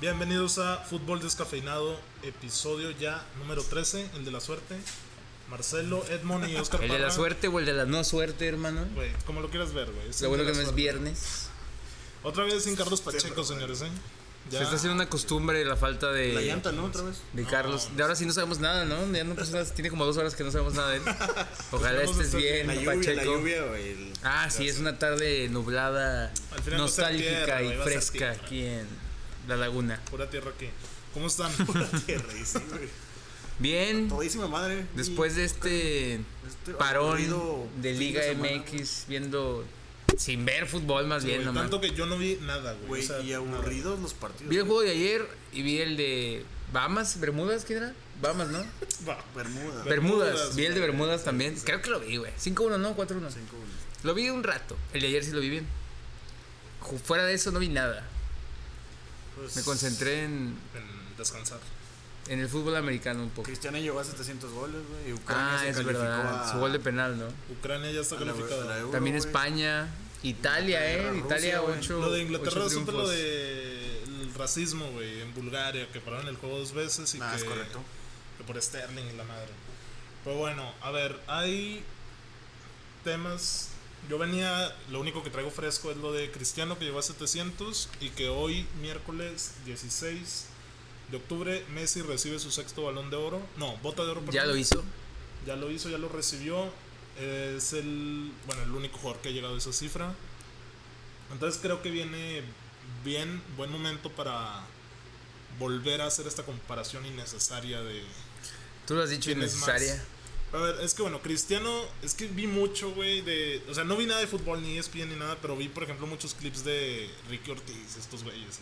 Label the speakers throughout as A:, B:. A: Bienvenidos a Fútbol Descafeinado, episodio ya número 13, el de la suerte. Marcelo, Edmond y Oscar
B: ¿El de la
A: Parra.
B: suerte o el de la no suerte, hermano?
A: Güey, como lo quieras ver, güey. es
B: Lo
A: el de
B: bueno que
A: la
B: no es
A: suerte.
B: viernes.
A: Otra vez sin Carlos Pacheco, señores, ¿eh? Ya.
B: Se está haciendo una costumbre la falta de.
C: La llanta, ¿no? Otra vez.
B: De Carlos. De ahora sí no sabemos nada, ¿no? Ya no pasó nada, tiene como dos horas que no sabemos nada de él. Ojalá
A: Esperemos
B: estés
A: estar-
B: bien,
C: La lluvia,
B: Pacheco.
C: la lluvia, güey. el-
B: Ah, sí, es una tarde nublada,
A: Al final va a ser
B: nostálgica
A: tierra,
B: y
A: güey, va a ser
B: fresca
A: tierra.
B: aquí en la laguna.
A: Pura tierra aquí. ¿Cómo están?
C: Tierra, y sí, güey.
B: Bien,
C: Todísima madre.
B: después de este
C: Este aburrido
B: parón de
C: fin de
B: Liga
C: semana.
B: MX, viendo. Sin ver fútbol, más bien,
A: Güey,
B: nomás.
A: tanto que yo no vi nada,
C: Y,
A: güey.
C: güey,
A: o sea,
C: y aburridos los partidos.
B: Vi el juego de ayer y vi el de Bahamas, Bermudas, ¿quién era? Bahamas, ¿no?
A: nada. Va.
C: Bermuda.
B: Bermudas,
A: Bermudas,
B: vi el de Bermudas también. Creo que lo vi, güey. 5-1, ¿no? 4-1.
C: Cinco, güey.
B: Lo vi un rato. El de ayer sí lo vi bien. Ju- Fuera de eso no vi nada.
C: Pues,
B: Me concentré en,
A: En descansar.
B: en el fútbol americano un poco.
C: Cristiano llegó a 700 goles, güey. y Ucrania
B: Ah,
C: se
B: es
C: calificó
B: verdad.
C: a-
B: Su gol de penal, ¿no?
A: Ucrania ya está
C: a la- a la
A: calificada.
C: Euro,
B: También
C: güey.
B: España, Italia,
C: Inglaterra,
B: ¿eh?
C: Rusia,
B: Italia
C: güey.
B: 8.
A: Lo de Inglaterra supe lo de el racismo, güey, en Bulgaria, que pararon el juego dos veces y
C: Ah,
A: que,
C: es correcto.
A: que por Sterling y la madre. Pero bueno, a ver, hay temas. Yo venía, lo único que traigo fresco es lo de Cristiano que llegó a 700 y que hoy, miércoles 16 de octubre, Messi recibe su sexto balón de oro. No, bota de oro.
B: Ya
A: perdón.
B: lo hizo.
A: Ya lo hizo, ya lo recibió. Es el, bueno, el único jugador que ha llegado a esa cifra. Entonces creo que viene bien, buen momento para volver a hacer esta comparación innecesaria de...
B: Tú lo has dicho
A: ¿Quién es más?
B: innecesaria.
A: A ver, es que bueno, Cristiano, es que vi mucho, güey, de... O sea, no vi nada de fútbol, ni E ESPN, ni nada, pero vi, por ejemplo, muchos clips de Ricky Ortiz, estos güeyes.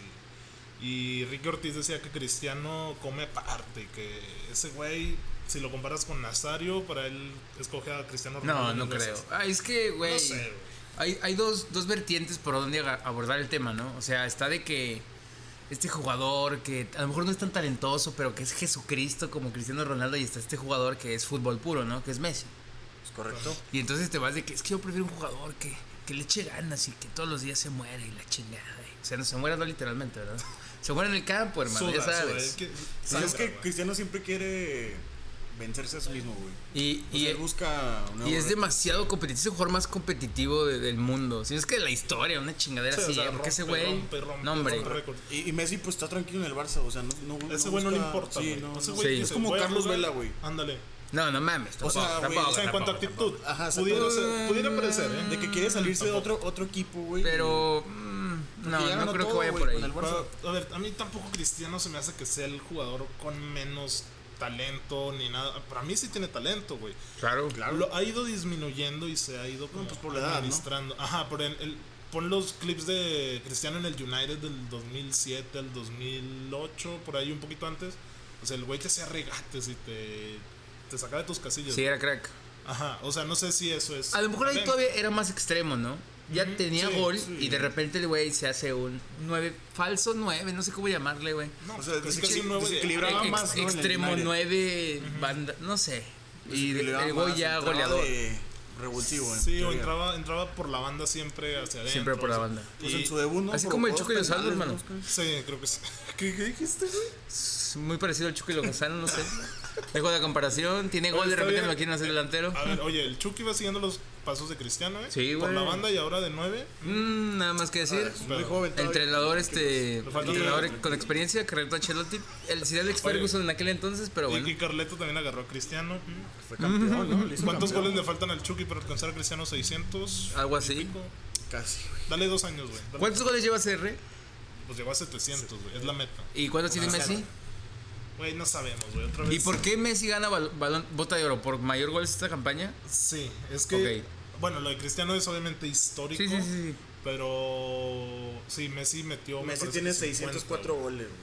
A: Y, y Ricky Ortiz decía que Cristiano come aparte, que ese güey, si lo comparas con Nazario, para él escoge a Cristiano
B: No,
A: Ronaldo.
B: no
A: mil veces.
B: creo. Ah, es que, güey.
A: No sé, güey.
B: Hay, hay dos, dos vertientes por donde aga- abordar el tema, ¿no? O sea, está de que este jugador que a lo mejor no es tan talentoso, pero que es Jesucristo como Cristiano Ronaldo y está este jugador que es fútbol puro, ¿no? Que es Messi.
C: Es correcto.
B: Y entonces te vas de que es que yo prefiero un jugador que, que le eche ganas y que todos los días se muere y la chingada. y- O sea, no se muera no literalmente, ¿verdad? Se muere en el campo, hermano, ya
A: Suda, suda,
B: sabes. Pues
A: es que-
C: Sí, pues, es
A: sangra,
C: que
A: güey.
C: Cristiano siempre quiere vencerse a sí mismo, güey.
B: Y,
A: pues
C: O sea,
B: y,
C: él busca una
B: y es
C: borra-
B: demasiado competitivo, es el jugador más competitivo de- del mundo. Si no es que la historia, una chingadera
A: Sí, o
B: así,
A: sea,
B: ¿eh? Porque ese
A: rompe,
B: güey.
A: rompe, rompe,
B: No, hombre.
A: rompe récord.
C: Y, y Messi pues está tranquilo en el Barça, o sea, no, no
A: Ese güey no le
C: busca-
A: importa,
C: Sí,
A: güey.
C: no,
A: Ese
C: no.
A: güey
B: Sí.
A: dice,
C: Como
A: voy a
C: Carlos
A: jugar,
C: Vela, güey.
A: Ándale.
B: No, no mames.
C: O
B: tampoco,
C: sea, güey,
B: tampoco,
A: O sea, en cuanto a
B: tampoco,
A: actitud,
C: Ajá, exacto.
A: pudiera, ser- pudiera parecer, ¿eh?
C: De que quiere salirse de otro, otro equipo, güey.
B: Pero mm,
C: Que ya
B: no, no
C: ganó
B: creo que
C: todo,
B: vaya
C: güey,
B: por
C: con
B: ahí.
C: el Barça.
A: Pero, a ver, a mí tampoco Cristiano se me hace que sea el jugador con menos talento ni nada. Para mí sí tiene talento, güey.
B: Claro.
A: Lo ha ido disminuyendo y se ha ido como
C: pues por la edad, ¿no?
A: administrando. Ajá, por el, el- pon los clips de Cristiano en el United del 2007 al 2008, por ahí un poquito antes. O sea, el güey te hacía regates y te, te saca de tus casillas.
B: Sí, era crack.
A: Ajá, o sea, no sé si eso es.
B: A lo mejor ahí
A: talento.
B: todavía era más extremo, ¿no? Ya
A: Ujú,
B: tenía
A: sí,
B: gol
C: sí.
B: y de repente el güey se hace un 9, falso 9, no sé cómo llamarle, güey.
A: No, pues
C: O sea,
A: es
C: desequil-
A: casi un nuevo
C: desequilibraba Pero
B: Ex-
C: más, ¿no? en el
B: extremo
C: United.
B: 9, banda, no sé. Y
C: le daba
B: el güey
C: más,
B: ya
C: entraba
B: goleador.
C: de Revulsivo, en
A: ¿eh? Sí, o
C: teoría.
A: entraba, entraba por la banda siempre hacia adentro.
B: Siempre por la
A: o sea,
B: banda.
C: Pues
A: y-
C: en su debut, ¿no?
B: Así
C: Por
B: como el
C: dos
B: Chucky Lozano,
C: penales,
B: hermano.
C: ¿no?
A: Sí, creo que sí. ¿Qué, qué dijiste, güey?
B: Es Muy parecido al Chucky Lozano, no sé. Dejo la comparación, tiene gol, de
A: está
B: repente
A: bien.
B: me lo quieren hacer delantero.
A: A ver, oye, el Chucky va siguiendo los pasos de Cristiano, ¿eh?
B: Sí,
A: Por
B: güey.
A: la banda y ahora de nueve.
B: Mm, nada más que decir.
C: Es
A: Pero-
C: Muy joven. todavía.
B: Entrenador, este,
A: Le falta
B: entrenador
A: todavía.
B: con experiencia, que retó a Chelotti. El si era Alex
A: Oye.
B: Ferguson en aquel entonces, pero bueno.
A: Y, y Carleto también agarró a Cristiano.
C: Fue campeón, ¿no? Le hizo
A: ¿Cuántos
C: campeón.
A: goles le faltan al Chucky para alcanzar a Cristiano? ¿600?
B: Algo
A: y
B: así.
A: pico.
C: Casi, güey.
A: Dale dos años, güey. Dale.
B: ¿Cuántos goles lleva CR?
A: Pues llegó a 700, güey. Es la meta.
B: ¿Y cuántos
C: Ah,
B: tiene Messi?
A: Güey, no sabemos, güey. Otra vez.
C: Pues-
B: ¿Y por qué Messi gana bal- balón- bota de oro? ¿Por mayor goles esta campaña?
A: Sí, es que.
B: Ok.
A: Bueno, lo de Cristiano es obviamente histórico.
B: Sí, sí, sí. sí.
A: Pero sí, Messi metió. me
C: Messi
A: parece
C: tiene
A: que 50,
C: 604
A: güey.
C: goles, güey,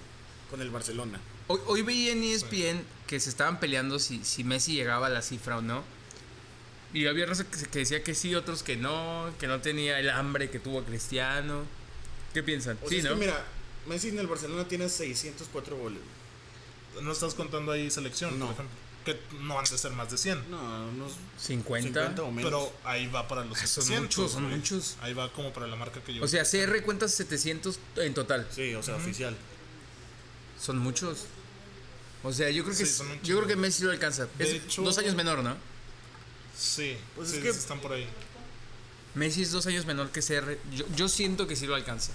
C: Con el Barcelona.
B: Hoy, hoy veía en E ESPN que se estaban peleando si, si Messi llegaba a la cifra o no. Y había raza que, se- que decía que sí, otros que no, que no tenía el hambre que tuvo Cristiano. ¿Qué piensan?
C: O sea,
B: sí,
C: es
B: ¿no?
C: que mira, Messi en el Barcelona tiene 604 goles. güey.
A: No estás contando ahí selección,
C: No.
A: por ejemplo. Que no han de ser más de 100.
C: No, unos
B: 50.
C: 50 o menos.
A: Pero ahí va para los
B: Ah, son
A: 700,
B: muchos, son
A: güey.
B: muchos.
A: Ahí va como para la marca que yo.
B: O sea, CR cuenta 700 en total.
C: Sí, o sea, oficial.
B: Son muchos. O sea, yo creo que,
A: Sí,
B: es-
A: son un
B: yo
A: chingo.
B: creo que Messi lo alcanza.
A: De
B: es
A: hecho-
B: dos años menor, ¿no?
A: Sí,
C: Pues
A: sí,
C: es que-
A: sí están por ahí.
B: Messi es dos años menor que CR. Yo, yo siento que sí lo alcanza.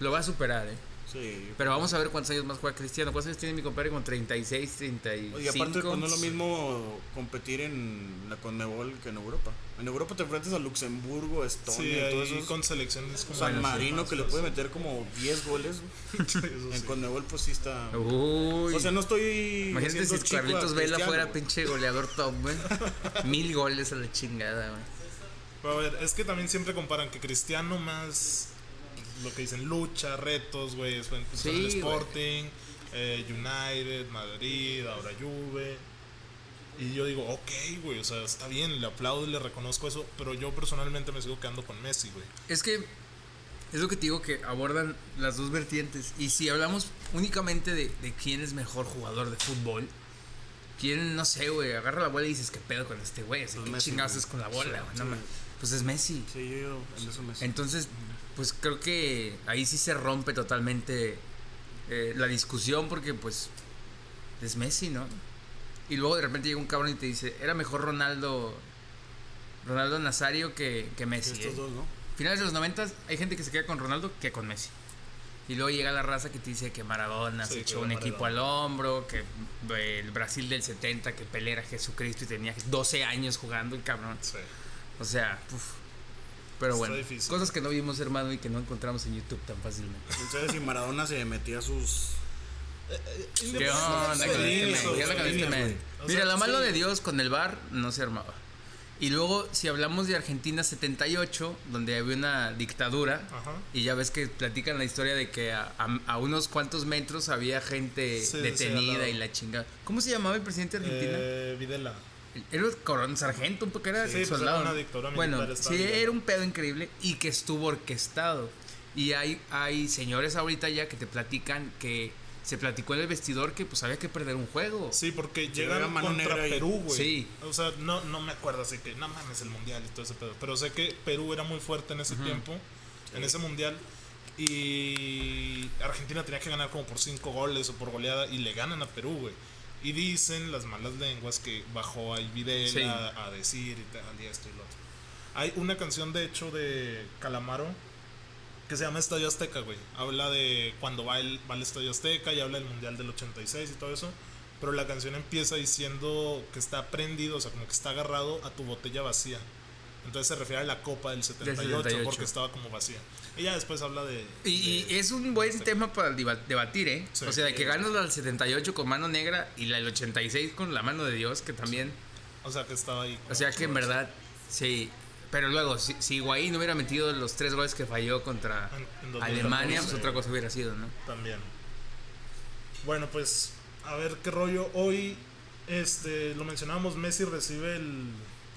B: Lo va a superar, ¿eh?
C: Sí.
B: Pero vamos a ver cuántos años más juega Cristiano. ¿Cuántos años tiene mi compadre? Con 36, 35.
C: Y aparte, pues, no es lo mismo competir en la Conmebol que en Europa. En Europa te enfrentas a Luxemburgo,
A: Sí,
C: Estonia, todo
A: ahí
C: eso.
A: con selecciones como
C: San
B: Bueno, sí,
C: Marino que le puede meter como 10 goles.
A: Sí, eso
C: En
A: sí.
C: Conmebol, pues sí está.
B: Uy.
C: O sea, no estoy.
B: Imagínate
C: haciendo
B: si
C: chico a
B: Carlitos Vela
C: Cristiano,
B: fuera
C: güey.
B: pinche goleador top, güey. Mil goles a la chingada, güey.
A: Pero a ver, es que también siempre comparan que Cristiano más lo que dicen lucha, retos, güey, después empezó
B: Sí,
A: en el
B: güey.
A: Sporting, eh, United, Madrid, ahora Juve. Y yo digo, ok, güey, o sea, está bien, le aplaudo y le reconozco eso, pero yo personalmente me sigo quedando con Messi, güey.
B: Es que es lo que te digo que abordan las dos vertientes. Y si hablamos únicamente de, de quién es mejor jugador de fútbol, quién, no sé, güey, agarra la bola y dices, ¿qué pedo con este güey? O sea,
C: Pues
B: ¿Qué
C: Messi,
B: chingados
C: güey.
B: es con la bola, güey? No
C: sí.
B: mames. Pues es Messi.
C: Sí, yo, yo en eso me
B: Entonces, pues creo que ahí sí se rompe totalmente eh, la discusión porque pues es Messi, ¿no? Y luego de repente llega un cabrón y te dice, era mejor Ronaldo Ronaldo Nazario que, que Messi.
C: Estos
B: ¿eh?".
C: dos, ¿no?
B: Finales de los 90 hay gente que se queda con Ronaldo que con Messi. Y luego llega la raza que te dice que Maradona
A: Sí,
B: se
A: que
B: echó un
A: Maradona.
B: equipo al hombro, que eh, el Brasil del 70 que pelea era Jesucristo y tenía 12 años jugando el cabrón.
A: Sí.
B: O sea, uf. Pero
A: Está
B: bueno,
A: difícil.
B: cosas que no vimos, hermano, y que no encontramos en YouTube tan fácilmente.
C: Entonces, si Maradona se metía sus.
B: ¿Qué onda con este
A: Sí,
B: men?
A: eso,
B: ¿Qué onda con
A: güey.
B: este men?
A: O
B: Mira,
A: sea,
B: la mano
A: sí.
B: de Dios con el bar no se armaba. Y luego, si hablamos de Argentina 78, donde había una dictadura,
A: Ajá.
B: y ya ves que platican la historia de que a, a- a unos cuantos metros había gente
A: Sí, sí, al
B: detenida
A: lado.
B: y la chingada. ¿Cómo se llamaba el presidente de Argentina?
A: Eh, Videla.
B: Era un coronel sargento, un que era
A: Sí, pues,
B: soldado.
A: era una
B: ¿no?
A: dictadura
B: bueno,
A: militar, estaba
B: sí,
A: bien.
B: era un pedo increíble y que estuvo orquestado. Y hay, hay señores ahorita ya que te platican que se platicó en el vestidor que pues había que perder un juego.
A: Sí, porque
C: era
A: llegan
C: mano
A: contra
C: negra ahí.
A: Perú, güey.
B: Sí.
A: O sea, no, no me acuerdo así que, no mames, el mundial y todo ese pedo. Pero sé que Perú era muy fuerte en ese tiempo, en ese mundial. Y Argentina tenía que ganar como por cinco goles o por goleada. Y le ganan a Perú, güey. Y dicen las malas lenguas que bajó ahí Videla
B: Sí.
A: a, a decir y tal, y esto y lo otro. Hay una canción, de hecho, de Calamaro que se llama Estadio Azteca, güey. Habla de cuando va, el, va al Estadio Azteca y habla del Mundial del 86 y todo eso. Pero la canción empieza diciendo que está prendido, o sea, como que está agarrado a tu botella vacía. Entonces se refiere a la copa del 78,
B: 78.
A: porque estaba como vacía. Y ya después habla de.
B: Y, y
A: de-
B: es un buen tema para diva- debatir, ¿eh?
A: Sí.
B: O sea, de que ganas la del 78 con mano negra y la del 86 con la mano de Dios, que también...
A: O sea, que estaba ahí. como-
B: O sea que en verdad, sí. Pero luego, si, si Higuaín hubiera metido los tres goles que falló contra
A: En- en 2014,
B: Alemania, pues
A: sí.
B: otra cosa hubiera sido, ¿no?
A: También. Bueno, pues a ver qué rollo. Hoy, este, lo mencionábamos, Messi recibe el-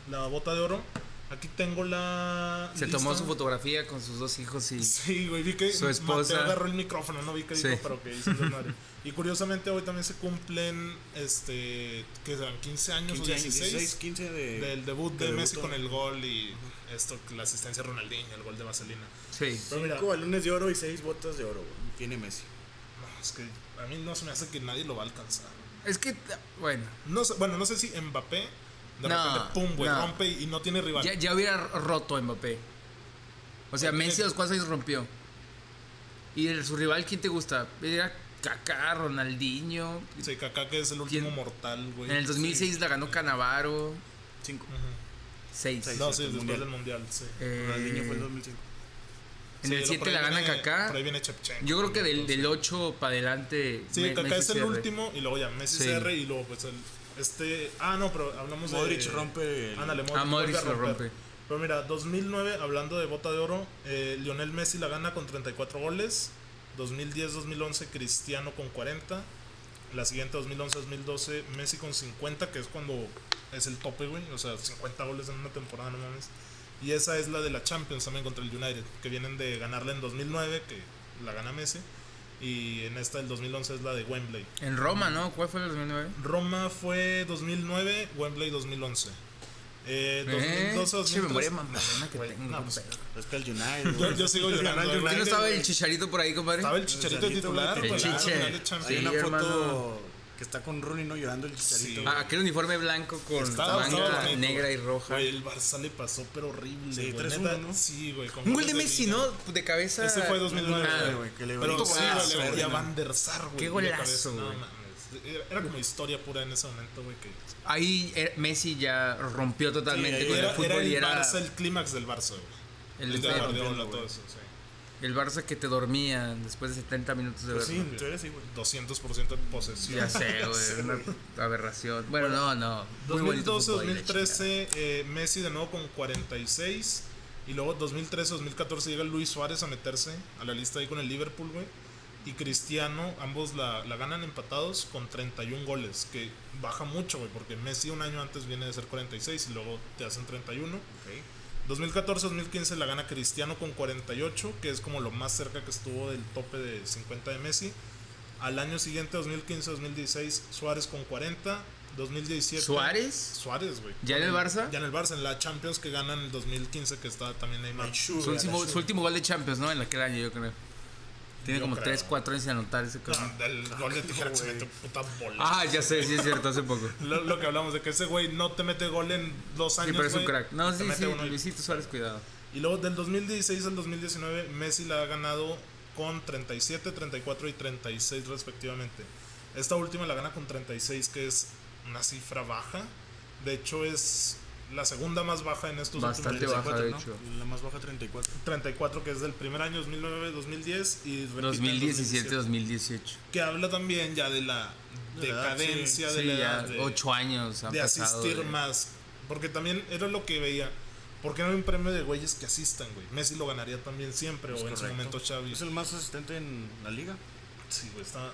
A: la bota de oro. Aquí tengo la.
B: Se tomó
A: lista.
B: su fotografía con sus dos hijos y...
A: Sí, güey, vi que
B: Su esposa.
A: Mateo agarró el micrófono, no vi que dijo,
B: Sí.
A: pero que hizo el desmadre. Y curiosamente hoy también se cumplen, este, que serán 15 años
C: 15,
A: o 16,
C: 16, 15 de.
A: del debut
C: que
A: de Messi
C: debutó.
A: con el gol y esto, la asistencia de Ronaldinho, el gol de Vaselina.
B: Sí.
A: Pero mira,
C: Cinco balones de oro y seis botas de oro, güey. Tiene Messi.
A: no, es que a mí no se me hace que nadie lo va a alcanzar.
B: Es que, bueno,
A: No sé, bueno, no sé si Mbappé de
B: No,
A: repente, pum, güey,
B: no.
A: rompe y no tiene rival.
B: ya, ya hubiera roto a Mbappé. O sea,
A: Ok.
B: Messi a los cuatro años rompió. ¿Y el- su rival quién te gusta? Era Kaká, Ronaldinho.
A: Sí, Kaká que es el último
B: ¿Quién?
A: mortal, güey.
B: En el 2006 la ganó Canavaro.
C: Cinco.
A: Eh, Ujú.
B: Seis.
C: Seis.
A: No,
C: Sí,
A: sí,
C: el
A: después
C: mundial.
A: del mundial, sí.
B: Eh,
C: Ronaldinho fue el 2005.
B: en
A: Sí,
B: el
A: lo-
B: 7
A: por
B: la
A: ahí
B: gana
A: viene-
B: Kaká.
A: Por ahí viene Chepchenko.
B: Yo creo que del,
A: entonces.
B: del 8 para adelante.
A: Sí,
B: Me-
A: Kaká
B: Messi
A: es el
B: cierra.
A: último y luego ya Messi
B: Sí.
A: CR y luego pues el este ah no, pero hablamos de
C: Modric rompe el-
A: Ándale, Modric,
B: Ah, Modric
A: vuelve a
B: lo
A: romper.
B: rompe.
A: Pero mira, 2009 hablando de Bota de Oro, eh, Lionel Messi la gana con 34 goles, 2010-2011 Cristiano con 40, la siguiente 2011-2012 Messi con 50, que es cuando es el tope, güey, o sea, 50 goles en una temporada, no mames. Y esa es la de la Champions también contra el United, que vienen de ganarla en 2009, que la gana Messi. Y en esta del 2011 es la de Wembley.
B: En Roma, ¿no? ¿Cuál fue el 2009?
A: Roma fue 2009, Wembley 2011. Eh,
B: Eh,
A: 2012,
B: che,
A: 2013.
B: memoria mamadona que
A: Güey,
B: tengo.
A: no,
B: qué
A: pues,
B: pedo.
C: Es que el United.
A: yo, yo sigo llorando.
C: Ganó el
A: güey.
B: ¿Quién no estaba el
C: güey.
B: chicharito por ahí, compadre?
A: Estaba el chicharito
C: El
A: titular. pues, güey,
C: Chicharito,
B: güey.
A: la
B: Chiche.
A: final de Champions.
C: Hay
B: Sí,
C: una
B: hermano.
C: foto que está con Rooney no llorando el chicharito.
A: Sí.
B: Ah, aquel uniforme blanco con
A: Estaba- estaba
B: manga
A: bonito,
B: negra y
A: güey.
B: roja.
A: Güey, el Barça le pasó, pero horrible.
C: Sí,
A: güey,
C: 3-1,
A: neta,
C: ¿no?
A: Sí, güey. con
B: Un gol de
A: goles
B: Messi,
A: Villa.
B: ¿no? De cabeza.
A: Ese fue 2009,
B: Ah,
C: güey, que le
A: Pero
C: brincó
A: sí,
B: golazo,
A: güey, le metía
C: güey.
A: Van der Sar, güey.
B: Qué
A: en la
B: golazo,
A: cabeza. No,
B: güey.
A: mames. Era- Era como historia pura en ese momento, güey. Que
B: Ahí eh, Messi ya rompió totalmente
C: Sí,
B: con
A: era,
B: el fútbol
A: era el
B: y era
A: Barça, el clímax del Barça, güey.
B: el,
A: El de
B: este,
A: Guardiola, todo eso, sí.
B: el Barça que te dormía después de 70 minutos de
C: Pues
B: verlo.
C: sí, en teoría sí, güey.
A: 200% de posesión.
B: Ya sé, güey, una aberración. Bueno, no, no. Muy bonito
A: 2012,
B: fútbol y la
A: 2013, eh, Messi de nuevo con 46. Y luego 2013, 2014 llega Luis Suárez a meterse a la lista ahí con el Liverpool, güey. Y Cristiano, ambos la, la ganan empatados con 31 goles, que baja mucho, güey, porque Messi un año antes viene de ser 46 y luego te hacen 31. 2014-2015 la gana Cristiano con 48, que es como lo más cerca que estuvo del tope de 50 de Messi. Al año siguiente, 2015-2016, Suárez con 40. 2017.
B: chingada. ¿Suárez?
A: Suárez, güey.
B: ¿Ya en el Barça?
A: Ya en el Barça, en la Champions que ganan en el 2015, que estaba también Neymar.
C: Manchú,
B: Su
C: güey,
B: último,
C: la
B: su último gol de Champions, ¿no? En aquel año, yo creo. Tiene
A: Yo
B: como
A: creo.
B: 3, 4 años sin anotar ese cabrón.
A: No, el gol de Tijeras se
C: güey.
A: metió puta bola.
B: Ah, ya sé, sí es cierto, hace poco.
A: Lo, lo que hablamos de que ese güey no te mete gol en dos años.
B: Sí, pero es un
A: güey,
B: crack. No,
A: te
B: sí,
A: mete
B: sí,
A: uno y-
B: Luisito Suárez, cuidado.
A: Y luego del 2016 al 2019 Messi la ha ganado con 37, 34 y 36 respectivamente. Esta última la gana con 36 que es una cifra baja. De hecho es la segunda más baja en estos
B: Bastante
A: últimos
B: baja, de
C: 34,
B: hecho.
C: ¿no? La más baja 34.
A: 34 que es del primer año 2009, 2010 y repite en
B: 2017,
A: 2017,
B: 2018.
A: que habla también ya de la
C: De la edad,
A: decadencia de
B: Sí,
A: la
B: ya
A: edad de-
B: 8 años. han
A: de
B: pasado
A: asistir
B: de-
A: más. Porque también era lo que veía. ¿Por qué no hay un premio de güeyes que asistan, güey? Messi lo ganaría también siempre,
C: Es
A: o en su
C: correcto.
A: momento Xavi.
C: Es el más asistente en la liga.
A: Sí, güey, está...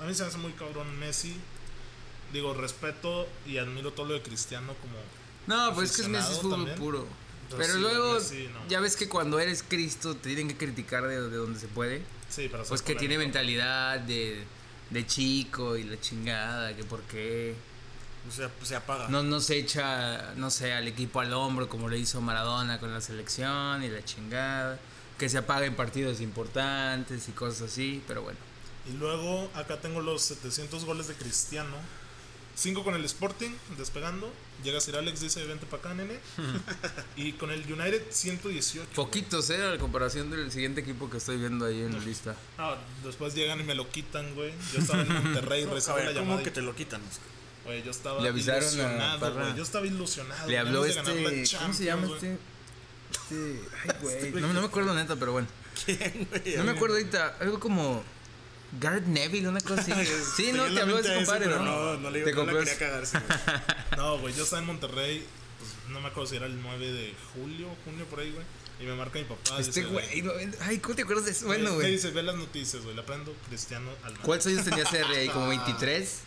A: A mí se me hace muy cabrón Messi. Digo, respeto y admiro todo lo de Cristiano como...
B: No, pues es que es Messi es
A: aficionado
B: fútbol
A: también.
B: puro.
A: Entonces,
B: pero
A: sí,
B: luego,
A: Messi, no.
B: ya ves que cuando eres Cristo te tienen que criticar de, de donde se puede.
A: Sí, para ser
B: Pues que tiene
A: polémico.
B: mentalidad de, de chico y la chingada, que por qué.
C: O sea, pues, se
A: Ah.
C: apaga.
B: No, no se echa, no sé, al equipo al hombro como lo hizo Maradona con la selección y la chingada. Que se apaga en partidos importantes y cosas así, pero bueno.
A: Y luego acá tengo los 700 goles de Cristiano. 5 con el Sporting, despegando. Llega Sir Alex, dice, vente para acá, nene. y con el United, 118.
B: Poquitos, ¿eh? A la comparación del siguiente equipo que estoy viendo ahí en la lista.
A: No, después llegan y me lo quitan, güey. Yo estaba en Monterrey,
C: No,
A: rezaba la
C: cabrón,
A: llamada.
C: ¿Cómo
A: y-
C: que te lo quitan? Oscar?
A: Güey, yo estaba
B: Le avisaron a
A: ilusionado,
B: Parra.
A: güey. Yo estaba ilusionado.
B: Le habló
A: Ganas de ganar la
B: este. ¿Cómo
A: Champions,
B: se llama
A: güey.
B: este? Este. Ay, güey. No, no me acuerdo neta, pero bueno.
C: ¿Quién, güey?
B: No me acuerdo ahorita. Algo como. Garrett Neville, una cosa así. Sí, no,
C: Tenía en
B: te
C: la
B: habló ese
C: mente a ese,
B: compadre,
C: pero
B: ¿no?
C: No, no le
B: Te
C: digo, no la
B: compró-
C: quería cagarse, güey.
B: este?
A: No, güey, yo estaba en Monterrey. pues, no me acuerdo si era el 9 de julio, junio, por ahí, güey. Y me marca mi papá.
B: Este
A: dice,
B: güey. no, Ay, ¿cómo te acuerdas de eso?
A: me-
B: Bueno,
A: Me
B: güey.
A: dice, ve las noticias, güey. Le aprendo Cristiano al
B: ¿Cuántos años tenía ese rey?
A: Ah,
B: ¿Como 23?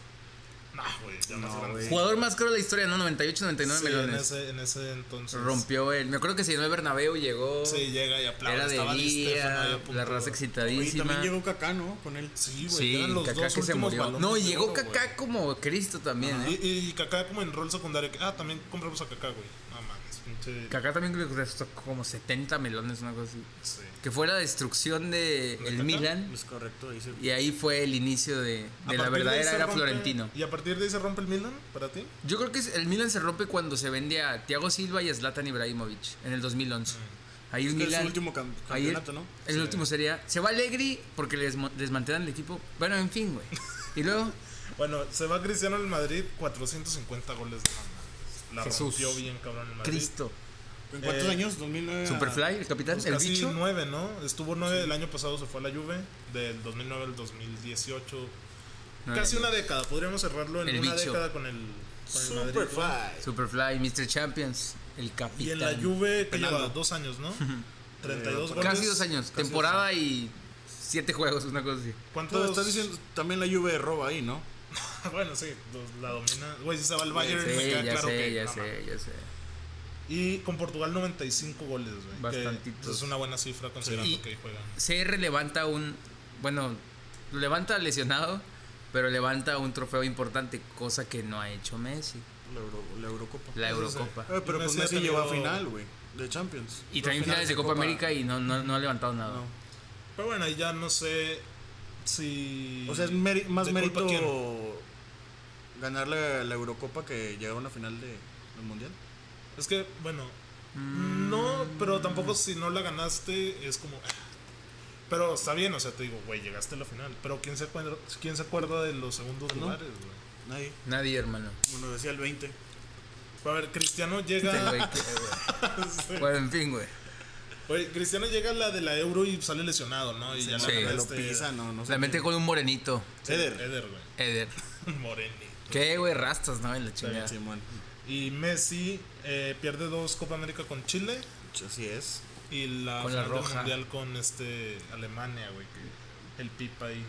A: No, güey, ya más
C: No,
A: grande.
C: güey.
B: Jugador más caro de la historia, ¿no? 98, 99
A: Sí, en,
B: melones.
A: ese, en ese entonces.
B: Rompió él. Me acuerdo que se llenó el Bernabéu, llegó.
A: Sí, llega y aplaude.
B: Era de
A: estaba Di Stéfano ahí a
B: día,
A: punto,
B: la raza
A: güey.
C: Y también
B: excitadísima.
C: llegó Kaká, ¿no? Con él.
A: Sí, güey,
B: Sí,
A: eran los
B: Kaká
A: dos
B: que se
A: últimos
B: murió.
A: balones
B: No,
A: de
B: y llegó
A: oro, güey.
B: Kaká como Cristo también, ¿eh?
A: Y, y Kaká como en rol secundario. que, Ah, también compramos a Kaká, güey. No mames, pinche.
B: Kaká también le costó como 70 melones, una cosa así.
A: Sí.
B: Que fue la destrucción de
A: ¿De
B: el
A: Kaká?
B: Milan.
C: Es correcto, dice.
B: Y ahí fue el inicio de,
A: A
B: de
A: partir
B: la
A: ahí
B: verdadera
A: se
B: era
A: rompe-
B: florentino.
A: ¿Y a partir de ahí se rompe el Milan para ti?
B: Yo creo que es- el Milan se rompe cuando se vende a Thiago Silva y a Zlatan Ibrahimovic en el 2011. Ahí
C: Es
B: un
C: que es su
B: Milan.
C: último cam-
B: ahí el-
C: campeonato, ¿no?
B: El
A: Sí.
B: último sería. Se va Allegri porque les mo- desmantelan el equipo. Bueno, en fin, güey. Y luego.
A: Bueno, se va Cristiano al Madrid, 450 goles de banda. La
B: Jesús.
A: rompió bien, cabrón, el Madrid.
B: Cristo. Ah,
C: ¿En cuántos
A: Eh,
C: años? 2009. a-
B: Superfly, el capitán,
A: Pues
B: el
A: casi
B: bicho.
A: nueve, ¿no? Estuvo nueve el año pasado, se fue a la Juve. Del 2009 al 2018.
B: Nueve
A: casi
B: años.
A: una década. Podríamos cerrarlo en
B: El
A: una
B: bicho.
A: década con el, con el Madrid. ¿no?
C: Superfly.
B: Superfly, Mr. Champions, el capitán.
A: Y en la Juve, que
C: Penaldo.
A: lleva dos años, ¿no? 32 goles.
B: Casi dos años, temporada y siete juegos, una cosa así.
C: Tú
A: ¿Cuántos?
C: estás diciendo también la Juve roba ahí, ¿no?
A: bueno, sí, dos- la domina. Güey, si se va al Bayern,
B: Sí,
A: me queda
B: ya
A: claro
B: sé,
A: que.
B: ya
A: no,
B: sé, ya sé.
A: Y con Portugal 95 goles, güey.
B: Bastantitos.
A: que Es una buena cifra considerando
B: Sí.
A: que ahí juegan.
B: CR levanta un. Bueno, levanta lesionado, pero levanta un trofeo importante, cosa que no ha hecho Messi,
C: La, Euro- la Eurocopa.
B: la
A: Eso sí.
B: Eurocopa.
C: Eh, pero
A: Y
C: pues
A: Messi
C: Messi
A: ha
C: llegó a
A: tenido-
C: final, güey. De Champions.
B: Y
C: Dos
B: también finales de Copa, América y no, no, no ha levantado nada.
C: No.
A: Pero bueno, ahí ya no sé si.
C: O sea, es meri- más
A: de culpa
C: mérito
A: quién.
C: ganar la, la Eurocopa que llegar a una final de, del Mundial.
A: Es que, bueno,
B: Mm.
A: no, pero tampoco si no la ganaste es como... "Ah". Pero está bien, o sea, te digo, güey, llegaste a la final. Pero ¿quién se acuerda, quién se acuerda de los segundos
C: No.
A: lugares, güey?
C: Nadie.
B: Nadie, hermano.
C: Bueno, decía el 20.
A: A ver, Cristiano
B: Este
A: llega...
B: güey, qué, güey. bueno, en fin, güey.
A: Oye, Cristiano llega a la de la Euro y sale lesionado, ¿no? Y ya la
B: Sí.
C: Me este, lo
A: ganaste.
C: pisa, no, no sé.
B: La mete con un morenito,
A: Sí,
C: Eder.
A: Eder,
B: Eder.
A: güey. Moreni.
B: ¿Qué, güey? Rastas, ¿no? En la chingada.
C: Simón.
A: Y Messi eh, pierde dos Copa América con Chile
C: Así es.
A: y la
B: Con la
A: final del
B: roja.
A: Mundial con este Alemania, güey. que El Pipa ahí.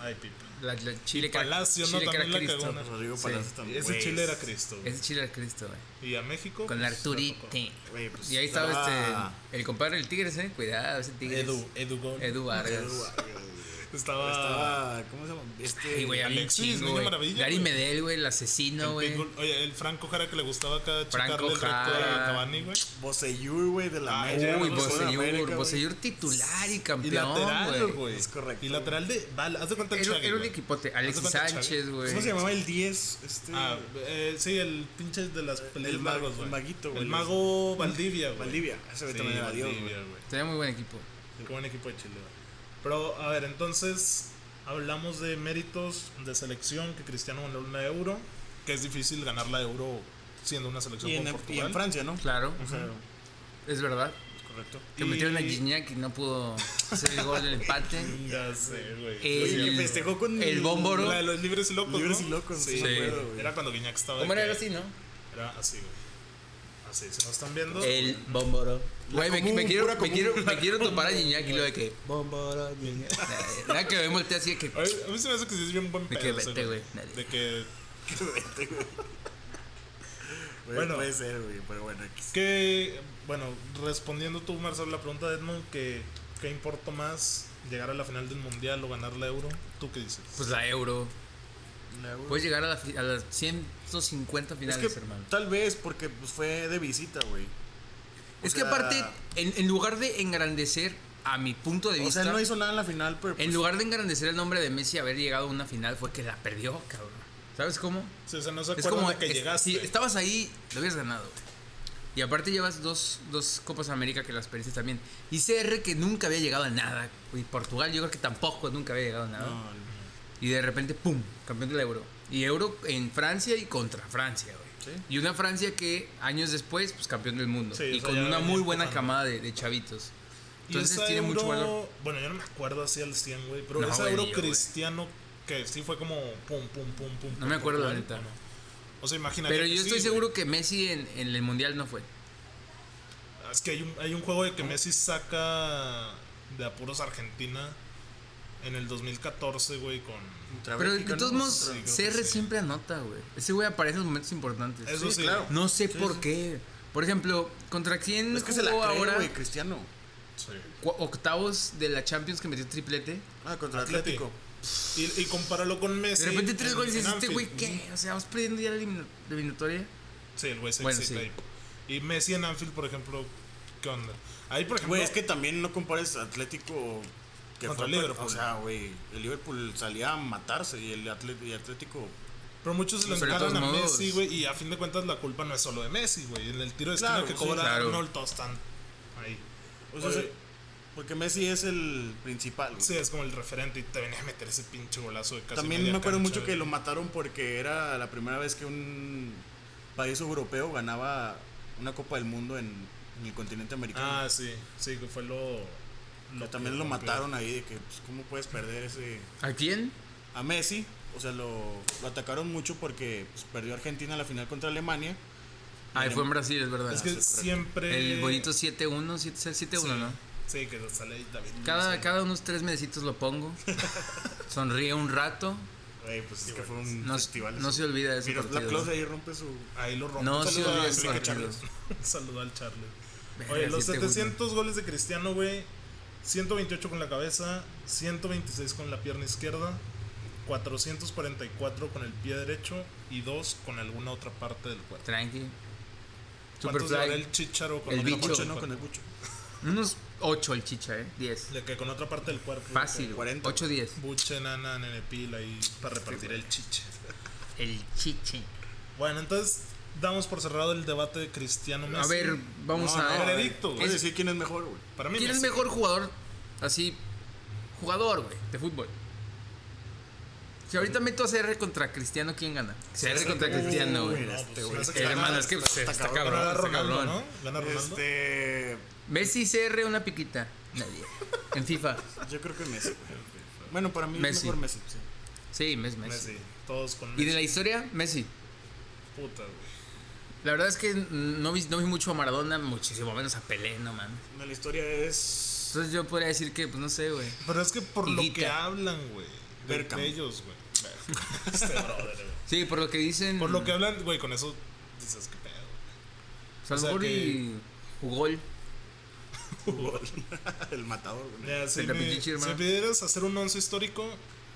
A: Ay, Pipa.
B: La, la Chile
A: Y
B: que-
A: Palacio, ¿no?
B: Chile que era
A: También la
B: Cristo.
A: cagó, ¿no?
C: Rodrigo
B: Sí.
C: Palacios también.
A: Ese
C: güey,
A: Chile era Cristo. güey.
B: Ese Chile era Cristo, güey.
A: Y a México.
B: Con
A: pues,
B: Arturite.
C: Güey, pues,
B: Y ahí estaba
C: estaba-
B: este. El compadre del Tigres, ¿eh? Cuidado, ese
A: le
B: Tigres.
A: tocó. Edu, Edu Gol.
B: Edu Vargas.
C: Edu Vargas, güey.
A: Estaba.
C: Estaba. ¿Cómo se llama? Este.
B: Ay, güey, había un
A: Alexis,
B: chingo,
A: Niño
B: güey.
A: Maravilla,
B: Gary
A: güey.
B: Medel, güey, el asesino,
A: el
B: güey.
A: pitbull. Oye, el Franco Jara que le gustaba acá checarle
B: Franco
A: el recto
B: Jara.
A: a Cavani, güey.
C: Boseyur, güey, de la
A: Ah,
C: América.
A: ya,
B: Uy,
A: no,
C: Boseyur de América,
B: Boseyur,
C: güey.
B: Boseyur titular y
A: Y
B: campeón,
A: lateral,
B: güey.
A: güey.
C: Es correcto,
A: Y
C: güey.
A: lateral de. Vale, haz de cuenta el
B: Era,
A: Chagui,
B: era un
A: güey.
B: equipote.
A: Haz
B: Alexis
A: de cuenta el
B: Sánchez,
A: Chagui.
B: güey.
C: ¿Cómo se llamaba el 10? Este.
A: Ah, eh, sí, el pinche de las peleas
C: el ma-
A: magos,
C: el
A: güey.
C: maguito, güey.
A: El mago Valdivia, güey.
C: Valdivia. Ese güey
A: Sí,
C: también era Dios, güey.
A: Valdivia, güey.
B: Tenía muy buen equipo.
A: Qué buen equipo de Chile, güey. Pero, a ver, entonces hablamos de méritos de selección, que Cristiano ganó una euro, que es difícil ganar la euro siendo una selección
C: Y en,
A: como
C: y
A: Portugal.
C: en Francia, ¿no?
B: Claro,
C: O sea,
B: es verdad.
C: correcto.
B: Que
A: Y-
B: metieron a Gignac y no pudo hacer el gol del empate.
A: Ya sé, güey.
B: El-
A: Sí,
C: Oye, que
A: sí,
C: festejó con.
B: el Bómboro.
A: La de los libres y locos,
C: Libres
A: ¿no?
C: y locos,
A: Sí,
C: sí, me acuerdo,
A: güey.
C: güey.
A: Era cuando Guiñac estaba... de
B: ¿Cómo
A: que-
B: era así, no?
A: Era así, güey. Así, si nos están viendo...
B: El bomboro. Güey, me,
C: común,
B: me quiero,
C: pura
B: me,
C: común.
B: quiero, me quiero topar a Gignac y lo de que. Bomboro, Gignac. Nada, Nada que me volteé así de que.
A: A mí, a mí se me hace que sí es bien buen
B: De
A: pedo.
B: que
A: ese
B: vete, güey, nadie.
A: De que...
C: Qué vete, güey. Güey,
A: Bueno.
C: Puede ser, güey, pero bueno. X.
A: Que, bueno, respondiendo tú, Marcelo, la pregunta de Edmond, que ¿qué importa más llegar a la final del Mundial o ganar la Euro? ¿Tú qué dices?
B: Pues la euro.
C: La euro.
B: Puedes llegar a, la fi- a las 150
C: es
B: finales,
C: que
B: hermano.
C: tal vez porque pues, fue de visita, güey. O
B: Es que
C: sea,
B: aparte, en, en lugar de engrandecer, a mi punto de
C: O
B: vista,
C: sea, él no hizo nada en la final, pero. pues,
B: en lugar de engrandecer el nombre de Messi haber llegado a una final, fue que la perdió, cabrón. ¿Sabes cómo?
A: Sí, o sea, no se
B: Es
A: acuerdan
B: como
A: de que
B: es-
A: llegaste.
B: Si estabas ahí, lo habías ganado. güey. Y aparte llevas dos, dos Copas América que las perdiste también. Y CR que nunca había llegado a nada. Y Portugal yo creo que tampoco nunca había llegado a nada.
C: No,
B: Y de repente, ¡pum! Campeón del euro. Y euro en Francia y contra Francia, güey.
C: Sí.
B: Y una Francia que años después, pues campeón del mundo.
A: Sí,
B: y
A: eso
B: con
A: ya
B: una
A: venía
B: muy buena
A: empujando.
B: camada de, de chavitos.
A: Y
B: Entonces
A: esa
B: tiene mucho
A: Euro-
B: valor.
A: Bueno, yo no me acuerdo así al 100, güey, pero
B: No,
A: ese
B: güey,
A: Euro
B: ni yo, güey.
A: cristiano que sí fue como pum, pum, pum, pum.
B: No me
A: pum,
B: acuerdo,
A: pum,
B: la
A: pum,
B: neta.
A: ¿no? O sea, imagínate.
B: Pero
A: que
B: yo
A: sí,
B: estoy
A: güey.
B: seguro que Messi en, en el Mundial no fue.
A: Es que hay un, hay un juego de que Messi saca de apuros a Argentina en el 2014, güey, con.
C: contra
B: Pero de
C: Bélgica,
B: todos
C: ¿no?
B: modos,
A: creo que
B: CR
A: sí.
B: siempre anota, güey. Ese güey aparece en los momentos importantes.
A: Eso
C: Sí,
A: sí,
C: claro.
B: No sé
C: Sí,
B: por
C: sí.
B: qué. Por ejemplo, ¿contra quién
C: Es que se la
B: jugó
C: cree,
B: ahora?
C: güey, Cristiano.
A: sí.
B: Cu- Octavos de la Champions que metió triplete.
C: Ah, contra
A: Atleti.
C: Atlético.
A: Y, y compáralo con Messi.
B: De repente tres
A: en-
B: goles y
A: en
B: dices, este güey,
A: Anfield".
B: ¿qué? O sea, vas perdiendo ya la elimina- la eliminatoria.
A: Sí, el güey se
B: Bueno,
A: excita
B: sí.
A: ahí. Y Messi en Anfield, por ejemplo, ¿qué onda? Ahí, por ejemplo,
C: Güey, es que también no compares Atlético que
A: Contra
C: fue-
A: el Liverpool.
C: O sea, güey, el Liverpool salía a matarse y el Atlético, y Atlético
A: pero muchos se lo
B: Pero de
A: encargan a
B: todos modos.
A: Messi, güey. Y a fin de cuentas, la culpa no es solo de Messi, güey. En el tiro de esquina
C: Claro,
A: que
C: sí,
A: cobra
B: claro.
A: Arnold todos están ahí.
C: o sea,
A: Oye.
C: se- porque Messi es el principal. güey.
A: Sí, es como el referente y te venía a meter ese pinche golazo de casi
C: También
A: media
C: me acuerdo
A: cancha,
C: mucho que
A: güey.
C: lo mataron porque era la primera vez que un país europeo ganaba una Copa del Mundo en, en el continente americano.
A: Ah, sí, sí, que fue lo.
C: Que
A: lo
C: también
A: que
C: lo
A: rompió.
C: mataron ahí de que, pues, ¿cómo puedes perder ese
B: ¿A quién?
C: a Messi? O sea, lo, lo atacaron mucho porque pues, perdió Argentina la final contra Alemania.
B: Ah, fue en Brasil, es verdad.
A: Es que
C: sí, correcto.
A: siempre.
B: El bonito 7-1, 7-1,
A: Sí,
B: ¿no?
A: Sí, que sale ahí David.
B: Cada,
A: Luiz,
B: cada unos tres mesecitos lo pongo. Sonríe un rato.
C: Güey, pues es que fue un
B: No,
C: festival.
B: no
C: eso.
B: se olvida de ese
C: Mira, la
B: partido.
C: Claus ahí rompe su.
A: Ahí lo rompió.
B: No,
A: Un saludo
B: sí,
A: a
B: olvidé
A: Enrique
B: ese
A: Charles.
B: partido.
A: Un saludo al Charles.
B: Verga,
A: Oye, los
B: 7-1.
A: 700 goles de Cristiano, güey. 128 con la cabeza, 126 con la pierna izquierda, 444 con el pie derecho y 2 con alguna otra parte del cuerpo.
B: Tranqui.
A: ¿Cuántos
B: Superfly.
A: dará el chicharo con
B: El
A: otra
B: bicho.
A: parte
C: Bucho,
A: del
C: ¿no? Con el
A: cuerpo?
C: bucho.
B: Unos 8 el chicha, ¿eh? 10.
A: Le- que con otra parte del cuerpo.
B: Fácil.
C: 40.
B: 8, 10.
A: Buche, nana, nenepil ahí para repartir el chiche.
B: El chiche.
A: Bueno, entonces damos por cerrado el debate de Cristiano Messi.
B: A ver, vamos a
C: No, no,
B: ver.
A: veredicto, güey.
C: Puedes decir quién es mejor, güey.
A: para mí
B: ¿Quién es
A: Messi.
B: mejor jugador? Así, jugador, güey, de fútbol. Si ahorita meto a CR contra Cristiano, ¿quién gana? CR contra
A: Uy,
B: Cristiano, güey.
A: no, pues,
C: güey.
A: vas a
B: Eh,
A: ganar-
B: Hermano, es que pues,
C: está
B: está,
C: cabrón.
B: cabrón.
A: Gana
B: está
A: Ronaldo,
B: cabrón.
A: ¿no? Gana Ronaldo.
C: Este.
B: Messi, CR, una piquita. Nadie. En FIFA.
C: Yo creo que Messi, güey. Bueno, para mí es
B: Messi.
C: mejor Messi. sí.
B: Sí, Messi, Messi.
A: Messi. Todos con
B: Y
A: Messi.
B: de la historia, Messi.
A: Puta, güey.
B: La verdad es que no vi, no vi mucho a Maradona, muchísimo menos a Pelé, no mames.
C: No, La historia es.
B: Entonces yo podría decir que, pues no sé, güey.
A: Pero es que por lo
B: Higuita.
A: que hablan, güey. De
C: Bergkamp.
A: de ellos, güey. Este brother, güey.
B: Sí, por lo que dicen.
A: Por lo que hablan, güey, con eso dices que pedo. güey.
B: o sea, a lo
A: o sea,
B: mejor
A: que-
B: y jugó el-
C: el matador, güey.
A: Ya, si,
B: la
A: me-
B: pinche hermana.
A: si pidieras hacer un once histórico,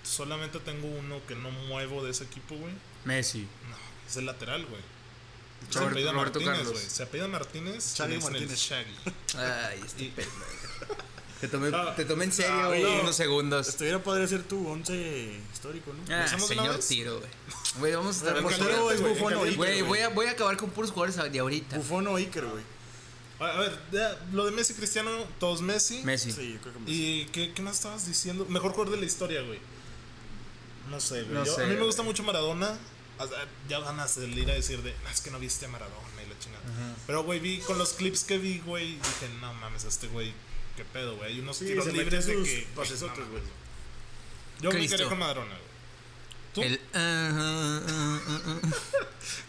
A: solamente tengo uno que no muevo de ese equipo, güey.
B: Messi.
A: No, es el lateral, güey. Se
B: Robert-
A: apellida
B: Roberto
A: Martínez,
B: Carlos.
A: güey. Se apellida Martínez.
C: Shaggy
A: le dicen el
C: Martínez.
A: Shaggy.
B: Ay, este
A: Y-
B: pendejo. Te tomé,
A: Ah, Este,
B: te tomé en serio,
C: ah,
B: güey,
C: no.
B: unos segundos.
C: Estuviera padre ser tu once histórico, ¿no?
B: Ah,
A: hacemos una
B: señor
A: vez?
B: tiro, güey. Güey, vamos a estar...
C: El
A: Pero
B: hablando-
C: portero
A: caliente,
C: es
A: güey,
C: Bufón
A: en
C: o
A: caliente,
B: pues, Güey,
C: Iker.
B: voy a, voy a acabar con puros jugadores de ahorita.
C: Bufón o Iker, güey.
A: A a ver, ya, lo de Messi Cristiano, todos Messi.
B: Messi.
C: Sí, yo creo que Messi.
A: ¿Y qué, qué más estabas diciendo? Mejor jugador de la historia, güey. No sé, güey.
B: No
A: Yo-
B: sé,
A: a mí me
B: güey.
A: gusta mucho Maradona. O sea, Ya ganas de ir a decir de, "No, es que no viste a Maradona y la chingada. Pero, güey, vi con los clips que vi, güey, dije, no mames, este güey, qué pedo, güey. Hay unos
C: Sí,
A: tiros
C: se metió
A: libres de
C: sus
A: que.
C: pasesotes,
A: no mames,
C: güey.
A: Yo me
B: Cristo.
A: quedé con Maradona, güey. ¿Tú?
B: El...
A: El,
B: ah, ah, ah, ah,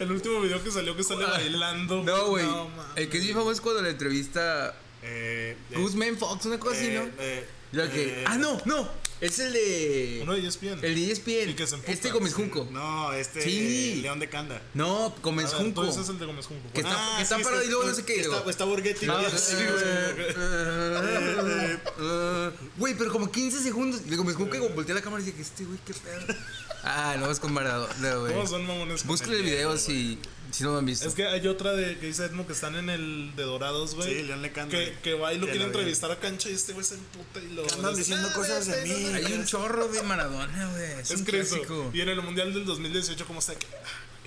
B: ah.
A: último video que salió que
C: Ah.
A: sale bailando.
B: No, güey.
A: mames.
B: el que sí famoso es cuando la entrevista...
C: Eh, eh,
B: Guzmán Fox, una cosa así,
C: eh,
B: Pues ¿no?
C: eh,
B: Lo que...
C: eh,
B: ah, no, no. Es el de...
A: Uno de ellos bien.
B: El de E ESPN.
A: Y que se emputa.
B: este Gómez Junco. No,
C: No, este.
B: Sí.
C: eh, León de Canda. Ah,
B: Gómez Junco.
A: Entonces es Ah, el de Gómez Junco. Ah,
B: Que
A: güey.
B: está- que está parado y luego no sé qué,
C: Está,
B: luego.
C: está Borghetti.
B: No,
C: güey.
B: Ah, sí,
C: Sí, güey.
B: güey. Eh, Güey, pero como 15 segundos. Y Gómez Junco
A: Eh.
B: voltea la cámara y dice que este güey, qué pedo. Ah, no vas con Maradona, güey.
A: ¿Cómo son mamones? con
B: Búsquenle el
A: el
B: video si, si no lo han visto.
A: Es que hay otra de que dice Edmo que están en el de Dorados, güey.
C: Sí, León le canta.
A: Que, que va y lo
C: Que
A: quiere
C: lo
A: entrevistar a cancha y este güey se emputa y lo.
C: Que andan diciendo
A: "Ah,
C: cosas de
A: vete,
C: mí".
A: no, no, no".
B: Hay un chorro de Maradona, güey. Es,
A: Es
B: un
A: que eso.
B: clásico.
A: Y en el mundial del 2018, ¿cómo está? Que-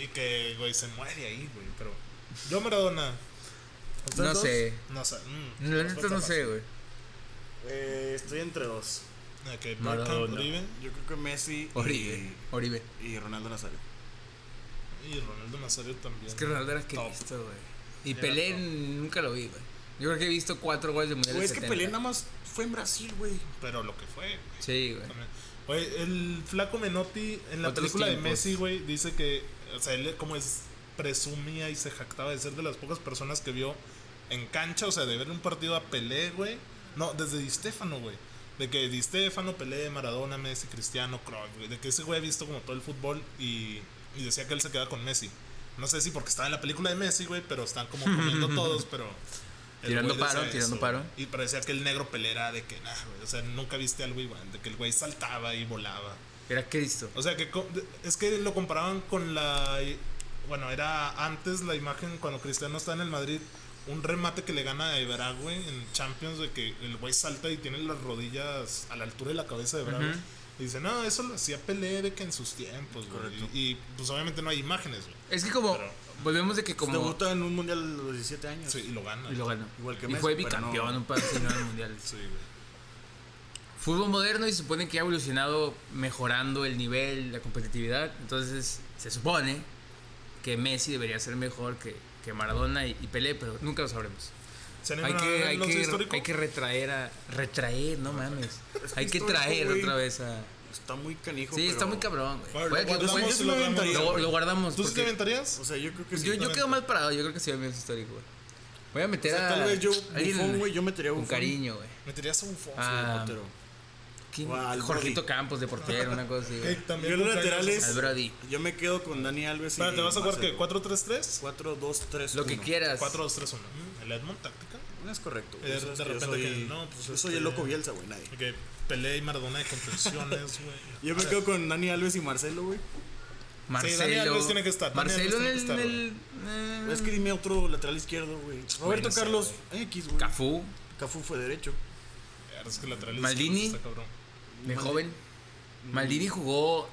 A: Y que, güey, se muere ahí, güey. Pero. Yo, Maradona.
B: No
A: dos?
B: sé.
A: No sé. mm.
B: La neta no sé, güey.
C: Eh, estoy entre dos.
A: Ok, Bergkamp,
B: Maradona.
A: Uribe
C: Yo creo que Messi. y-
B: Oribe. Oribe.
C: Y Ronaldo Nazario.
A: y Ronaldo Nazario también.
B: Es que Ronaldo era que
A: Top.
B: visto, güey. Y
A: Era
B: Pelé
A: top.
B: nunca lo vi, güey. Yo creo que he visto cuatro goles de mundial.
C: Güey,
B: del
C: es que
B: 70.
C: Pelé nada más fue en Brasil, güey.
A: Pero lo que fue, güey.
B: Sí, güey.
A: También. Oye, el flaco Menotti en la
B: Otros
A: película de
B: tiempos.
A: Messi, güey, dice que, o sea, él como es presumía y se jactaba de ser de las pocas personas que vio en cancha, o sea, de ver un partido a Pelé, güey. No, desde Di Stefano, güey. De que Di Stefano, Pelé, Maradona, Messi, Cristiano, Cruyff, güey. De que ese güey ha visto como todo el fútbol y, y decía que él se queda con Messi. No sé si porque estaba en la película de Messi, güey, pero están como comiendo todos, pero... el
B: Tirando
A: güey decía
B: paro, tirando
A: güey.
B: paro.
A: Y parecía que el negro pelera de que, nah, güey, o sea, nunca viste algo igual, de que el güey saltaba y volaba.
B: Era Cristo.
A: O sea, que co- es que lo comparaban con la. Bueno, era antes la imagen cuando Cristiano está en el Madrid, un remate que le gana a Evra, güey, en Champions, de que el güey salta y tiene las rodillas a la altura de la cabeza de Evra, güey.
B: Ujú.
A: Y dice, no, eso lo hacía Pelé de que en sus tiempos, güey.
C: Correcto.
A: Y, y, pues obviamente no hay imágenes, güey.
B: Es que como.
A: Pero-
B: volvemos de que como.
C: Debutó en un mundial a los 17 años.
A: Sí, y lo gana.
B: Y lo ganó.
C: Igual que
B: y
C: Messi,
B: fue
C: pero no-
B: bicampeón un partido en mundiales.
A: Sí, güey.
B: Fútbol moderno y se supone que ha evolucionado mejorando el nivel, la competitividad. Entonces se supone que Messi debería ser mejor que, que Maradona y, y Pelé, pero nunca lo sabremos.
A: ¿Se
B: Hay
A: animan a
B: que,
A: ver
B: hay,
A: el once
B: que,
A: histórico?
B: hay que retraer a... Retraer, no mames.
C: que
B: Hay que
C: histórico,
B: traer
C: güey.
B: otra vez a...
C: Está muy canijo.
B: Sí, está
C: pero-
B: muy cabrón, güey.
A: Bueno,
B: Puede
A: lo
B: que-
A: guardamos
B: puede-
A: y lo
C: guardamos.
B: lo, lo guardamos.
A: ¿Tú sí te
B: porque-
A: aventarías?
C: O sea, yo creo que
B: pues
C: sí.
B: yo, yo quedo mal parado, yo creo que sí va bien histórico, güey. Voy a meter
C: O sea,
B: a...
C: tal vez yo
B: alguien
C: Buffon, güey, yo metería a
B: Con
C: Buffon.
B: cariño, güey.
A: ¿Meterías a Buffon?
B: Ah,
C: Sí, portero.
B: ¿Quién?
C: O al
B: Jorgito Campos de portero, una cosa así.
A: Que
B: güey.
A: también
C: Yo los
A: cumpleaños.
C: laterales-
B: Al Brody.
C: Yo me quedo con Dani Alves.
A: Espera, ¿te vas a jugar qué?
C: que
A: 4-3-3?
C: 4, 2, 3,
B: Lo que quieras.
A: 4-2-3-1. Mm, El Edmond táctica.
C: No es correcto.
A: Eh,
C: güey. Eso
A: de
C: es que
A: repente
C: yo soy,
A: que no, pues,
C: yo soy
A: este-
C: el loco Bielsa, güey, nadie.
A: Ok. Pelé y Maradona de contenciones, güey.
C: Yo me
A: O sea,
C: quedo con Dani Alves y Marcelo, güey.
A: Dani
B: Marcelo.
A: Alves tiene que estar, Dani
B: Marcelo en
A: Alves
B: el.
A: tiene que
B: en el-
C: Es que dime otro lateral izquierdo, güey. Roberto
A: no sé,
C: Carlos X, güey.
B: eh, Cafú,
C: Cafú fue derecho.
A: Ah, Es que el lateral
B: Maldini.
A: izquierdo está cabrón.
B: de joven. Maldini jugó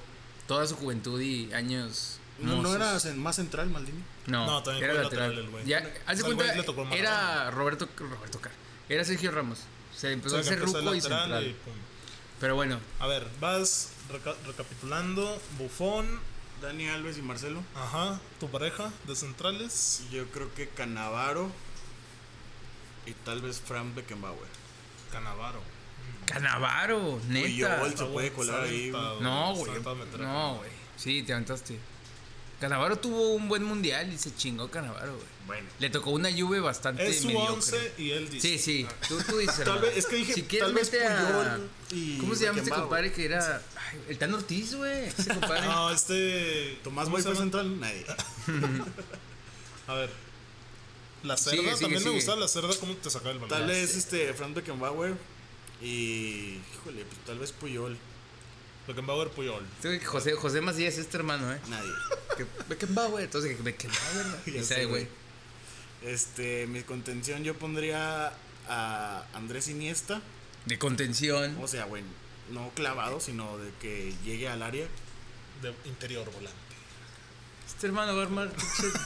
B: toda su juventud y años.
C: No, no
B: mozos.
C: era cen- más central, Maldini.
B: No,
A: No, también
B: era
A: fue
B: lateral.
A: lateral el güey.
B: Ya, haz
A: Al
B: de
A: güey
B: cuenta,
A: le tocó Maradona.
B: era Roberto, Roberto Car- Era Sergio Ramos. Se empezó
A: O sea,
B: pues a hacer
A: empezó el
B: ruco y
A: lateral
B: central.
A: y pum.
B: Pero bueno,
A: A ver, vas reca- recapitulando. Bufón,
C: Dani Alves y Marcelo.
A: ajá, tu pareja de centrales.
C: Yo creo que Canavaro y tal vez Frank Beckenbauer.
A: Canavaro.
B: Canavaro,
C: Y yo
B: neta.
C: se puede colar ahí. güey.
B: No, güey. No, güey. Sí, te aventaste. Canavaro tuvo un buen mundial y se chingó Canavaro, güey.
C: Bueno.
B: Le tocó una lluvia bastante
A: Es su
B: mediocre.
A: 11 y Ah. él dice.
B: Sí, sí. Tú, tú dices.
C: Tal
B: hermano.
C: vez, es que dije,
B: si quieres
C: tal vez
B: vete a...
C: Puyol y
B: ¿Cómo se llama este
C: Beckenbauer.
B: compadre que era. Ay, el Tan Ortiz, güey? Ese compadre.
A: No, este.
C: Tomás
A: ¿cómo
C: Boy
A: se
C: fue
A: llama?
C: central, nadie.
A: A ver. La cerda,
B: Sigue, sigue,
A: también
B: sigue.
A: me gustaba la cerda, cómo te sacaba el balón.
C: Tal
B: Ya
C: vez
B: sé.
C: este Frank Beckenbauer y híjole, pues tal vez Puyol,
A: Beckenbauer Puyol.
B: Este que José, José Macías es este hermano, ¿eh?
C: nadie.
B: Que, Beckenbauer. Entonces, que Beckenbauer, ¿no?
C: Ya
B: Y
C: sé,
B: sabe, güey.
C: güey. Este, mi contención yo pondría a Andrés Iniesta,
B: De contención.
C: o sea, bueno, no clavado, sino de que llegue al área.
A: De interior volante.
B: Este hermano va a armar pinche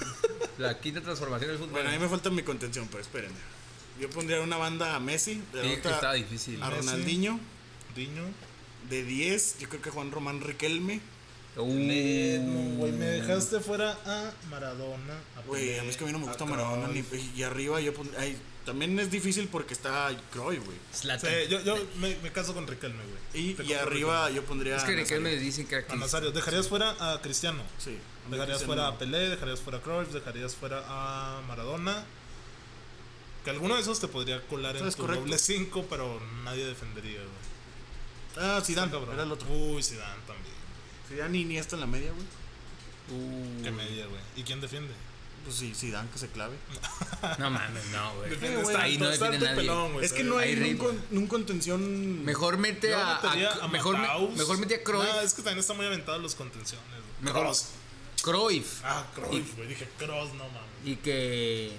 B: la quinta transformación del fútbol.
C: Bueno, a mí me falta mi contención, pero espérenme. Yo pondría una banda a Messi, de
B: Sí, que
C: otra
B: estaba difícil.
C: a
A: Messi.
C: Ronaldinho,
A: Diño.
C: de 10, yo creo que Juan Román Riquelme.
A: Mm. No, güey, me
B: Uh,
A: dejaste fuera a Maradona. a
C: Güey,
A: Pelé,
C: a mí es que a mí no me gusta
A: a
C: Maradona ni,
A: Cruyff.
C: y arriba yo pondría, ay, también es difícil porque está Croy, güey.
B: Zlatan.
A: Sí, yo, yo me, me caso con Riquelme, güey.
C: Y,
A: Te
C: y
A: compro
C: arriba yo pondría
B: Es
A: Ah,
B: que
C: a
B: Riquelme
C: Nazario.
B: me dicen que era
A: A Nazario, dejarías fuera a Cristiano.
C: Sí.
A: Dejarías
C: Cristiano.
A: fuera a Pelé, dejarías fuera a Cruyff, dejarías fuera a Maradona. Que alguno de esos te podría colar en
C: Es
A: tu
C: correcto.
A: doble 5, pero nadie defendería, güey.
C: Ah, Zidane,
A: Cabrón.
C: era el otro.
A: Uy, Zidane también.
C: Zidane y Iniesta en la media, güey.
B: Uh,
A: Qué media, güey. ¿Y quién defiende?
C: Pues sí, Zidane que se clave.
B: No mames, no, güey.
A: Defiende
C: güey,
B: ahí no
A: está
B: defiende
A: alto y
B: nadie.
A: pelón, güey,
C: es que
A: está
C: no
A: bien.
C: hay
B: Ahí
C: un,
B: ritmo.
C: con- un contención
B: Mejor mete
A: Yo
B: a,
A: metería
B: a-
A: a
B: mejor, me-
A: Mataus. Ah,
B: mejor mete a Cruyff.
A: Nah, es que también están muy aventados los contenciones. güey.
B: Mejor-
A: Kroos.
B: Cruyff.
A: Ah, Cruyff, güey. Dije Cross, no mames.
B: Y que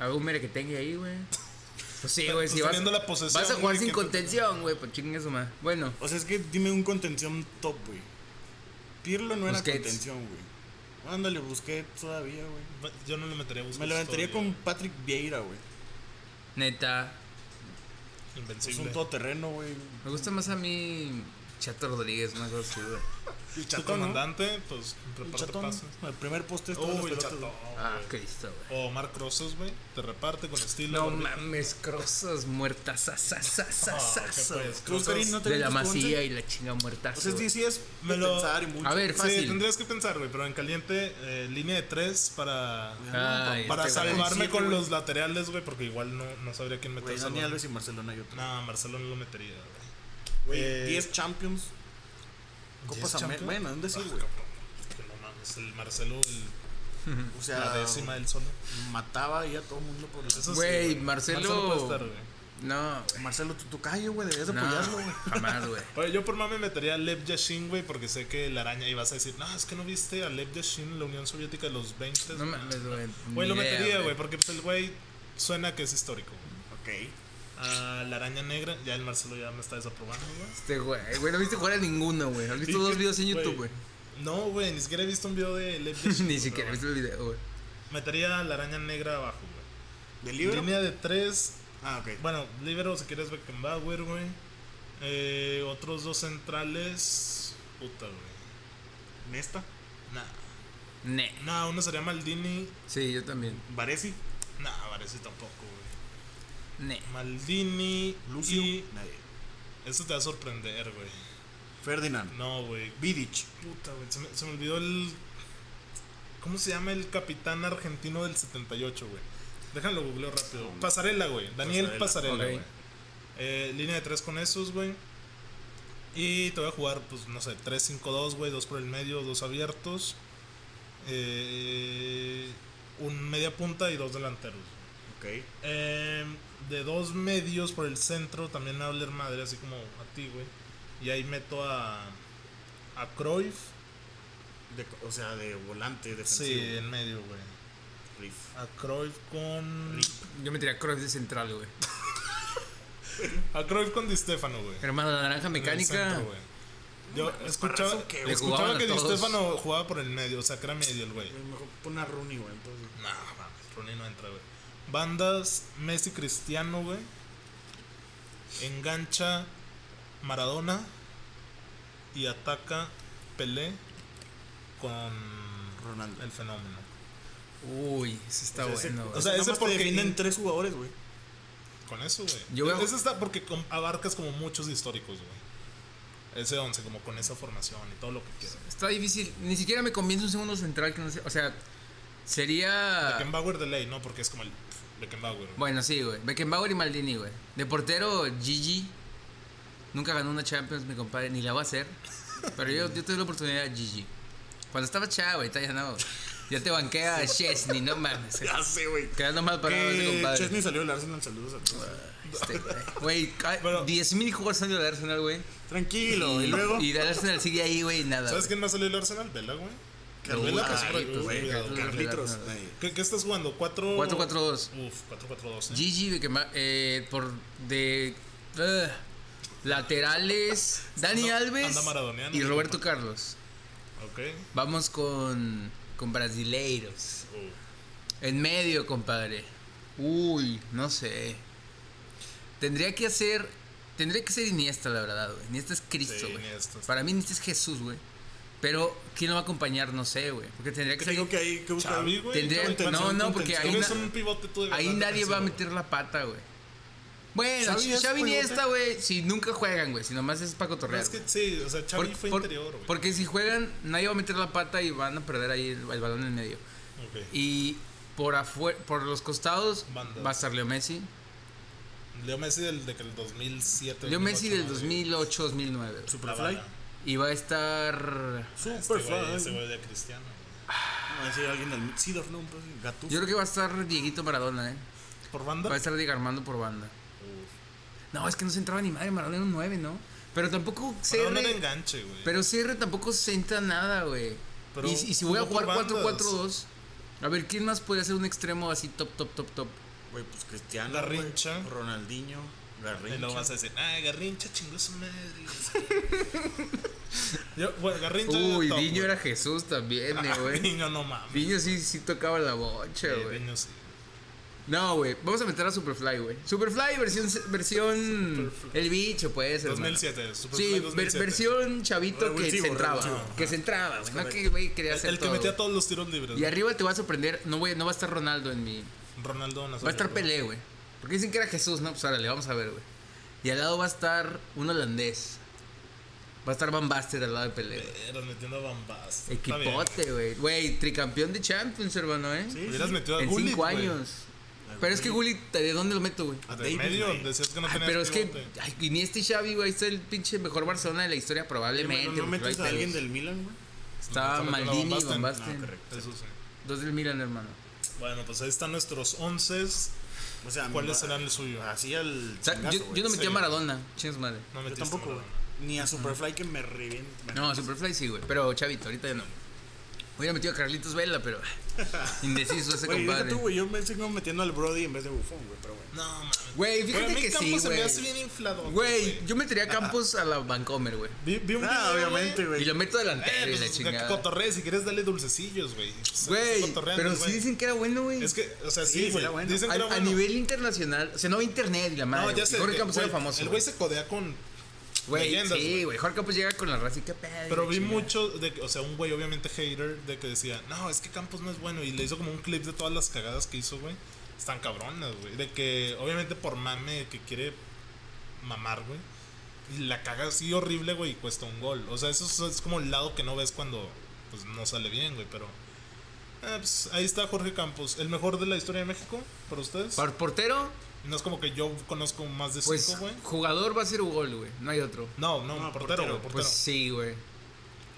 B: haga un mere que tenga ahí, güey. Pues sí, güey,
A: Pues
B: si vas,
A: teniendo la posesión,
B: vas a jugar
A: güey,
B: sin
A: que-
B: contención, güey, pues chingue eso, más. Bueno,
C: O sea, es que dime un contención top, güey. Pirlo no era
B: Busquets.
C: contención, güey. Ándale, busqué todavía, güey.
A: Yo no le metería a
C: Me
A: Busquets
C: levantaría con
A: todavía.
C: Patrick Vieira, güey.
B: neta,
C: Es
A: Invencible.
C: un todoterreno, güey.
B: me gusta más a mí Chato Rodríguez, una cosa así, güey.
C: El
A: Tu
C: chatón, ¿no?
A: comandante, pues,
C: El
A: reparte
C: chatón.
A: pases.
C: El primer poste es todas las
A: Uy, el
C: pelotas,
A: chatón.
C: güey.
B: Ah,
A: güey.
B: Cristo, güey.
A: O Mark Rosas, güey. Te reparte con estilo.
B: No
A: gordito.
B: mames, crozas muertas,
A: Ah,
B: sasasasasaso.
A: ¿qué, pues?
C: ¿Tú, Karim, no te
B: De la
C: metes con
B: masía
C: once?
B: y la chinga muertazo.
C: O sea, sí,
B: güey.
C: sí es
A: Me
C: de
A: lo-
C: pensar y mucho.
B: A ver,
A: Sí,
B: fácil.
A: tendrías que pensar, güey, pero en caliente, eh, línea de tres para,
B: Ay,
A: para
B: este güey.
A: salvarme
C: Siete,
A: con
C: güey.
A: los laterales, güey, porque igual no, no sabría quién meter.
C: Güey, Dani Alves y Barcelona yo
A: No, Marcelo no lo metería, güey.
C: Güey,
A: Eh,
C: 10 Champions.
A: ¿Diez
C: Copas América.
A: Champions?
C: Bueno, ¿dónde sí,
A: Ah,
C: güey?
A: cabrón, que no mames, el Marcelo, el-
C: O sea,
A: la décima del solo.
C: mataba ahí a todo el mundo por
A: Eso sí,
B: Güey, Marcelo-
A: puede estar, güey.
B: No,
C: Marcelo, tu tocayo, güey, debías de
B: no,
C: apoyarlo, güey.
B: jamás, güey.
A: Oye, yo por más me metería a Lev Yashin, güey, porque sé que la araña ibas a decir, no, es que no viste a Lev Yashin en la Unión Soviética de los 20.
B: No mames, güey.
A: Güey, lo
B: Ni idea,
A: metería, güey, porque pues, el güey suena que es histórico. güey.
C: Ok.
A: A la araña negra, ya el Marcelo ya me está desaprobando, güey.
B: Este güey, güey, no viste jugar a ninguno, güey. Has visto dos videos en YouTube, güey.
A: No, güey, ni siquiera he visto un video de Lev Yashin.
B: Ni
A: pero
B: siquiera
A: bueno.
B: viste el video, güey.
A: Metería a la araña negra abajo, güey.
C: ¿De libro?
A: Línea de tres,
C: Ah, ok.
A: Bueno, libero si quieres Beckenbauer, güey. Eh, otros dos centrales. Puta, güey.
C: Nesta,
A: Nah.
B: Ne.
A: Nah, uno sería Maldini.
B: Sí, yo también.
C: Varesi,
A: Nah, parece tampoco, güey.
B: Ne.
A: Maldini.
C: Lucio,
A: Y...
C: nadie.
A: Eso te va a sorprender, güey.
C: Ferdinand,
A: No, güey.
C: Vidic,
A: Puta, güey. Se me, se me olvidó el. ¿Cómo se llama el capitán argentino del 78, güey? Déjalo googleo rápido. Pasarela, güey. Daniel Pasarela,
B: Pasarela,
A: güey.
B: ok.
A: Eh, línea de tres con esos, güey. Y te voy a jugar, pues, no sé, 3-5-2, güey. Dos por el medio, dos abiertos. Eh, un media punta y dos delanteros. güey.
C: Ok.
A: Eh, de dos medios por el centro también me va a valer madre, así como a ti, güey. Y ahí meto a. A Cruyff.
C: De- o sea, de volante,
A: Sí,
C: defensivo.
A: en medio, güey.
C: Riff.
A: A Cruyff con.
B: Yo me tiré a Cruyff de central, güey.
A: A Cruyff con Di Stefano, güey.
B: Hermano, la naranja
A: En el
B: mecánica.
A: centro, güey. Yo escuchaba,
C: parrazo que, güey.
A: escuchaba que
B: Le
A: Di
B: jugaban a todos.
A: Stefano jugaba por el medio, o sea, que era medio el güey.
C: Mejor pon a Rooney, güey, entonces.
A: No, mames, Rooney no entra, güey. Bandas, Messi Cristiano, güey. Engancha Maradona. Y ataca Pelé con
C: Ronaldo.
A: el fenómeno.
B: Uy, eso está
C: ese-
B: bueno,
A: o
B: güey.
A: sea,
C: nada
A: ese
C: más te
A: porque-
C: definen tres jugadores, güey.
A: Con eso, güey.
B: Yo veo-
A: Ese está porque com- abarcas como muchos históricos, güey. Ese 11, como con esa formación y todo lo que quieras.
B: Está difícil. Ni siquiera me convence un segundo central que no sé. O sea, sería.
A: Beckenbauer de ley, ¿no? Porque es como el Beckenbauer. güey.
B: Bueno, sí, güey. Beckenbauer y Maldini, güey. De portero, Gigi. Nunca ganó una Champions, mi compadre, ni la va a hacer. Pero yo, yo tuve la oportunidad, Gigi. Cuando estaba chava, güey, ya no. Ya te banquea a Chesney, no mames.
C: Ya sé, güey.
B: Quedando mal parado ese
C: Que
B: compadre.
C: Chesney salió del Arsenal, saludos a todos.
B: Este, Güey, ay,
A: Pero-
B: 10.000 jugadores salió del Arsenal, güey.
C: Tranquilo, y, luego.
B: Y del Arsenal sigue ahí, güey, nada.
A: ¿Sabes
B: güey.
A: quién más salió del Arsenal? Vela, güey.
C: Carlitos,
A: Vela, que es
C: ay,
A: correcto,
C: güey,
A: cuidado.
C: Carlitos. ay.
A: ¿Qué, qué estás jugando? ¿Cuatro?
B: 4-4-2.
A: Uf, 4-4-2. ¿eh?
B: Gigi, Beckenbauer, eh, por. de. ugh, laterales. Dani
A: Anda-
B: Alves.
A: anda maradoneando,
B: y
A: mi
B: Roberto Carlos.
A: Ok.
B: Vamos con. con brasileiros.
A: Uf.
B: En medio, compadre. Uy, no sé. Tendría que hacer. Tendría que ser Iniesta, la verdad, güey. Iniesta es Cristo,
A: Sí,
B: güey.
A: Iniesta es-
B: Para mí Iniesta es Jesús, güey. Pero, ¿quién lo va a acompañar? No sé, güey. Porque tendría que
C: ¿Qué
B: ser.
C: tengo que ahí que buscar?
A: Xavi, güey.
B: Tendría-
A: Xavi,
B: no,
A: Xavi,
B: no,
A: un
B: porque ahí
A: contención.
B: na-
A: Eres un pivote tú de verdad
B: Ahí nadie va a
A: defensivo,
B: meter la pata, güey. Bueno,
C: Xavi
B: Xavi,
C: es
B: Xavi
C: pivote.
B: Iniesta, güey, si nunca juegan, güey, si nomás es para
A: güey.
B: cotorrear.
A: Es que
B: güey.
A: sí, o sea, Xavi
B: Por-
A: fue
B: por-
A: interior, güey.
B: Porque si juegan, nadie va a meter la pata y van a perder ahí el, el balón en medio.
A: Ok.
B: Y por afuera, por los costados
A: Bandas.
B: va a estar Leo Messi.
A: Leo Messi del, de que el 2007.
B: Leo Messi del
A: 2008,
B: 2008-2009.
A: ¿no?
C: Superfly.
A: La bala.
B: Y va a estar...
A: Este güey,
C: Superfly.
A: ese güey de Cristiano.
C: Va a decir Ah, alguien del Sidor, no, pues Gatú.
B: Yo creo que va a estar Dieguito Maradona, ¿eh?
A: güey. ¿Por
B: Va a
A: banda?
B: estar Diego Armando por banda.
A: Uf.
B: No, es que no se entraba ni madre, Maradona era un 9, ¿no? Pero tampoco
A: Pero no
B: CR
A: era enganche, güey.
B: Pero CR tampoco centra nada, güey.
A: Pero
B: Y, si- y si voy a
A: jugó por
B: jugar
A: bandas.
B: 4-4-2, a ver, ¿quién más podría ser un extremo así top, top, top, top?
C: Güey, pues Cristiano.
A: Garrincha.
C: güey, Ronaldinho.
A: Y luego vas a
C: Garrincha.
A: decir, ah, Garrincha chingó su madre. Yo, bueno, Garrincha.
B: Uy,
A: top,
B: Diño
A: güey.
B: era Jesús también, eh,
A: Ah,
B: güey.
A: Diño no mames.
B: Diño sí, sí tocaba la bocha,
A: Sí,
B: güey.
A: Diño sí.
B: No, güey, vamos a meter a Superfly, güey. Superfly versión... versión el bicho, pues. hermano.
A: 2007, Superfly
B: Sí, ver-
A: 2007.
B: versión chavito que
C: Revulsivo,
B: centraba.
C: revulsivo.
B: Que centraba, güey. No
C: correcto.
B: que, güey, quería
A: El,
B: hacer
A: el que
B: todo,
A: metía
B: güey.
A: todos los tiros libres.
B: Y arriba te va a sorprender, no, güey, no va a estar Ronaldo en mi...
A: güey. Ronaldo no
B: Va a estar Pelé, güey. Porque dicen que era Jesús, ¿no? Pues órale, vamos a ver, güey. Y al lado va a estar un holandés. Va a estar Van Basten al lado de Pelé. güey.
A: Eras metiendo bambas. Está bien.
B: Equipote, güey. Güey, tricampeón de Champions, hermano, ¿eh?
C: Sí,
A: Hubieras
C: sí.
A: metido a
B: En
A: Gullit,
B: cinco
A: güey.
B: años. Pero es que Gullit, ¿de dónde lo meto, güey?
C: A
A: De
C: David,
A: medio,
C: güey.
A: decías que no
B: Ay,
A: tenías
B: Ah, pero es
C: este
B: que
A: pivote.
B: ay, Iniesta y este Xavi, güey, ahí está el pinche mejor Barcelona de la historia
C: Oye,
B: probablemente.
C: bueno, ¿No
B: güey,
C: metes
B: hay
C: a alguien
B: pedos.
C: del Milan, güey?
B: Estaba
A: Está metiendo a
B: Maldini,
A: Van
B: Van
A: Basten.
B: Basten.
C: No, correcto.
A: Ah, Eso sí.
B: Dos del Milan, hermano.
A: Bueno, pues ahí están nuestros 11.
C: O sea,
A: ¿Cuáles
C: ma-
A: serán el suyo?
C: Así al.
B: O sea,
C: chingazo,
B: yo,
C: güey.
B: yo no metí a
A: sí.
B: Maradona, chingas madre.
A: No
C: Yo
A: metiste
C: tampoco,
A: nada.
C: güey. Ni a Superfly que me revienta.
B: No, Superfly sí, güey. Pero Chavito, ahorita ya no. Hubiera metido a Carlitos Vela, pero. Indeciso ese
C: Güey, deja
B: compadre.
C: tú, güey. Yo me sigo metiendo al Brody en vez de Buffon, güey. Pero bueno.
A: No, mames.
B: Güey, fíjate
A: a mí
B: que sí,
A: Campos se me
B: güey.
A: hace bien inflado.
B: Güey, yo metería a Campos a la Vancomer, güey.
A: Vi, vi un
C: Ah,
A: video, güey.
C: obviamente,
B: Y
C: güey.
B: lo meto delantero
A: Eh,
B: y la
A: pues, que
B: chingada.
A: cotorree, si quieres dale dulcecillos, güey. O sea,
B: Güey,
A: cotorrean,
B: pero
A: güey.
B: sí dicen que era bueno, güey.
A: Es que, o sea,
C: Sí,
A: sí,
C: sí
A: güey.
C: era bueno.
A: Dicen
B: a,
A: que era
B: a
A: bueno.
B: nivel internacional, o sea, no internet y la madre.
A: No, ya
B: güey.
A: sé.
B: Jorge
A: que,
B: Campos era
A: güey,
B: famoso.
A: El güey se codea con.
B: Güey,
A: leyendas,
B: sí,
A: güey.
B: güey. Jorge Campos llega con la raza y qué pedo. y
A: Pero
B: la
A: vi
B: chingada.
A: mucho, de, que- o sea, un güey obviamente hater de que decía, no, es que Campos no es bueno. Y le hizo como un clip de todas las cagadas que hizo, güey. Están cabronas, güey. De que obviamente por mame que quiere mamar, güey. Y la caga así horrible, güey, y cuesta un gol. O sea, eso es, es como el lado que no ves cuando pues, no sale bien, güey. Pero eh, pues, ahí está Jorge Campos, el mejor de la historia de México, para ustedes.
B: Por portero,
A: No es como que yo conozco más de
B: pues
A: cinco, güey.
B: jugador va a ser un gol, güey. No hay otro.
A: No, no, portero,
C: No, portero,
A: güey, portero.
B: Pues sí, Pues güey.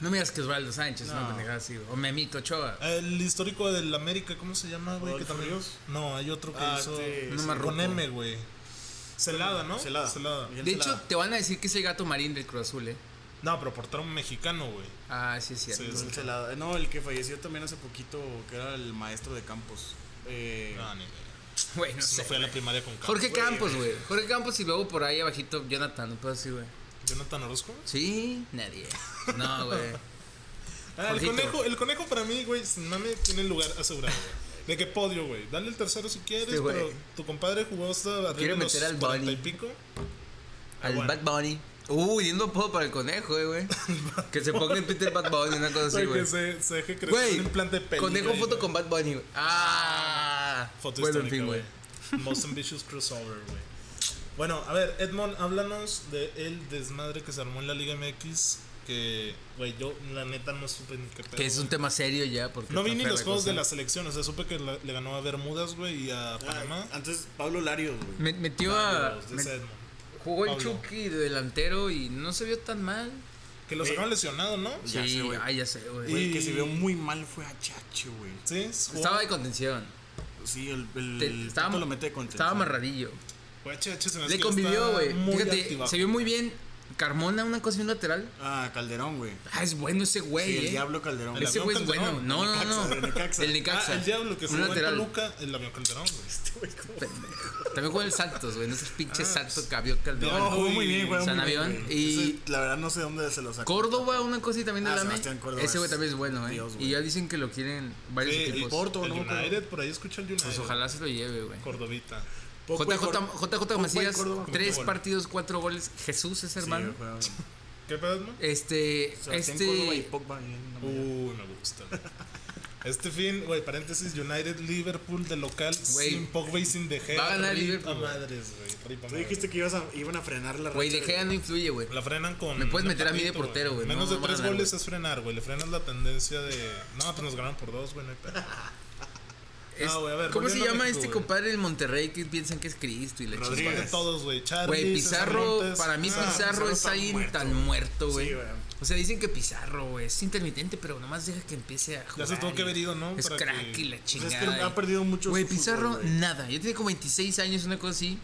B: No me digas que Osvaldo Sánchez, no,
C: No.
B: pendejada así, güey. O Memito Ochoa.
A: El histórico del América, ¿cómo se llama, güey? que
C: ¿Rodolfo
A: también-
C: Ríos?
A: No, hay otro que
C: Ah,
A: hizo
C: este,
B: No
A: sí,
B: me
A: con
B: arruco.
A: M, güey. Celada, ¿no?
C: Celada. Miguel
B: De
C: Celada.
B: hecho, te van a decir que es el gato marín del Cruz Azul, ¿eh?
A: No, pero portero mexicano, güey.
B: Ah, sí, es cierto.
A: Sí, sí.
C: Miguel Celada. Eh, No, el que falleció también hace poquito, que era el maestro de campos. Eh,
A: No, ni idea.
B: Güey, no
A: No
B: sé.
A: fui a la primaria con Campos.
B: Jorge Campos, güey. Jorge Campos y luego por ahí abajito Jonathan, un pedo así, güey.
A: ¿Jonathan Orozco?
B: Sí, nadie. No, güey.
A: Ah, el
B: Jorgito.
A: conejo, el conejo para mí, güey, sin mame, tiene el lugar asegurado, güey. De que podio, güey. Dale el tercero si quieres,
B: Este güey.
A: pero tu compadre jugó hasta arriba
B: Quiero
A: de los
B: meter al
A: 40 y
B: Bunny.
A: pico.
B: Al
A: bueno.
B: Bad Bunny. Uh, yendo apodo para el conejo, eh, güey. que se ponga en Twitter Bad Bunny, una cosa así,
A: Ay,
B: güey.
A: que se, se deje crecer
B: Güey,
A: un implante de pelo.
B: conejo
A: güey.
B: foto con Bad Bunny, güey. Ah,
A: Foto
B: bueno, en
A: histórica,
B: fin, güey.
A: güey. Most ambitious crossover, güey. Bueno, a ver, Edmond, háblanos de el desmadre que se armó en la Liga MX. Que, güey, yo la neta no supe ni qué pedo.
B: Que es un
A: güey.
B: tema serio ya, porque.
A: No
B: está
A: vi ni
B: fea
A: los
B: la
A: juegos
B: cosa.
A: de la selección. O sea, supe que la- le ganó a Bermudas, güey, y a Panamá.
C: ah, antes Pablo Larios, güey.
B: Me- metió a.
A: Los de
B: me-
A: ese Edmond.
B: jugó el
A: Pablo.
B: Chucky de delantero y no se vio tan mal.
A: Que lo sacaron lesionado, ¿no?
C: Ya
B: sí,
C: sé, güey.
B: ay, ya sé, güey.
C: Güey,
A: Y-
C: El que se vio muy mal fue a Chacho, güey.
A: Sí, jugó-
B: Pues Estaba de contención.
C: Sí, el, el,
B: Te-
C: el
B: estaba,
C: Toto lo mete de contención.
B: estaba amarradillo.
A: Güey, HH se me hace
B: Le
A: que
B: convivió,
A: está
B: güey.
A: muy
B: Fíjate,
A: activado.
B: se vio muy bien. Carmona, una cosa bien lateral.
C: Ah, Calderón, güey.
B: Ah, es bueno ese güey,
C: Sí, el
B: eh.
C: Diablo Calderón.
A: El
B: Ese
A: avión
B: güey es bueno.
A: Calderón,
B: No,
C: el
B: no, no.
C: Necaxa, el Necaxa.
B: El Necaxa.
A: Ah, el diablo que
B: Un
A: se jugó en
B: lateral.
A: Toluca, el avión Calderón, güey. Este güey, ¿cómo?
B: También juega el Santos, güey. No es el pinche Santos que avió Calderón.
A: No,
C: Oh, jugó muy bien, Ah, güey.
B: San
C: muy bien,
B: Avión
C: güey.
B: y-
C: Ese, la verdad no sé dónde se lo sacó.
B: Córdoba, una cosa y también de
C: Ah,
B: la
C: Sebastián Córdoba
B: Ese güey
C: es
B: también es bueno, eh.
C: Dios, güey.
B: y ya dicen que lo quieren varios
A: Sí, el
B: equipos.
C: Porto.
A: Eh, El
C: ¿no?
A: United, por ahí escucha el United.
B: Pues ojalá se lo lleve, güey.
A: Cordovita.
C: Poco y
B: JJ,
C: Cor-
B: JJ Macías,
C: Córdoba.
B: tres
A: Fútbol.
B: partidos, cuatro goles. Jesús es
C: Sí,
B: hermano.
C: güey, fue-
A: ¿Qué pedo, man?
B: este,
C: Sebastián Córdoba y
B: este.
C: Pogba. y él no me llama.
A: Uy, me gusta. güey. Este fin, güey, paréntesis, United, Liverpool de local,
B: Güey,
A: sin Pogba y sin De Gea.
B: va a ganar
A: Rip
B: Liverpool,
A: a
B: güey.
A: madres, güey. Rip a
C: Tú dijiste
A: madres.
C: que ibas a, iban a frenar la
B: Güey,
C: racha
B: De Gea no influye, güey.
A: La frenan con.
B: Me puedes meter a mí de
A: Tecatito,
B: portero, güey.
A: Menos
B: No,
A: de
B: no va a
A: tres
B: ganar,
A: goles
B: güey.
A: es frenar, güey. Le frenas la tendencia de. No, pues nos ganaron por dos, güey, no hay pedo.
B: Es-
A: Ah, güey, a ver,
B: ¿Cómo se
A: volviendo a
B: llama
A: México,
B: este
A: güey.
B: compadre del Monterrey que piensan que es Cristo y la
C: Rodríguez.
B: chingada?
A: Igual de todos, güey. Charlie,
B: Güey,
A: César
B: Pizarro,
A: Montes.
B: para mí
A: Ah,
B: Pizarro,
C: Pizarro
B: es
C: está
B: alguien
C: muerto,
B: tan
C: güey.
B: muerto, güey.
C: Sí, güey. Pues
B: o sea, dicen que Pizarro, güey, es intermitente, pero nomás deja que empiece a
A: Ya
B: jugar.
A: se tuvo que
B: y
A: haber ido, ¿no?
B: Es
A: Para
B: crack
A: que-
B: y la
C: Pues
B: chingada.
C: es que ha perdido mucho
B: Güey,
C: su fútbol,
B: Pizarro,
C: güey.
B: nada. Ya tiene como 26 años, una cosa así.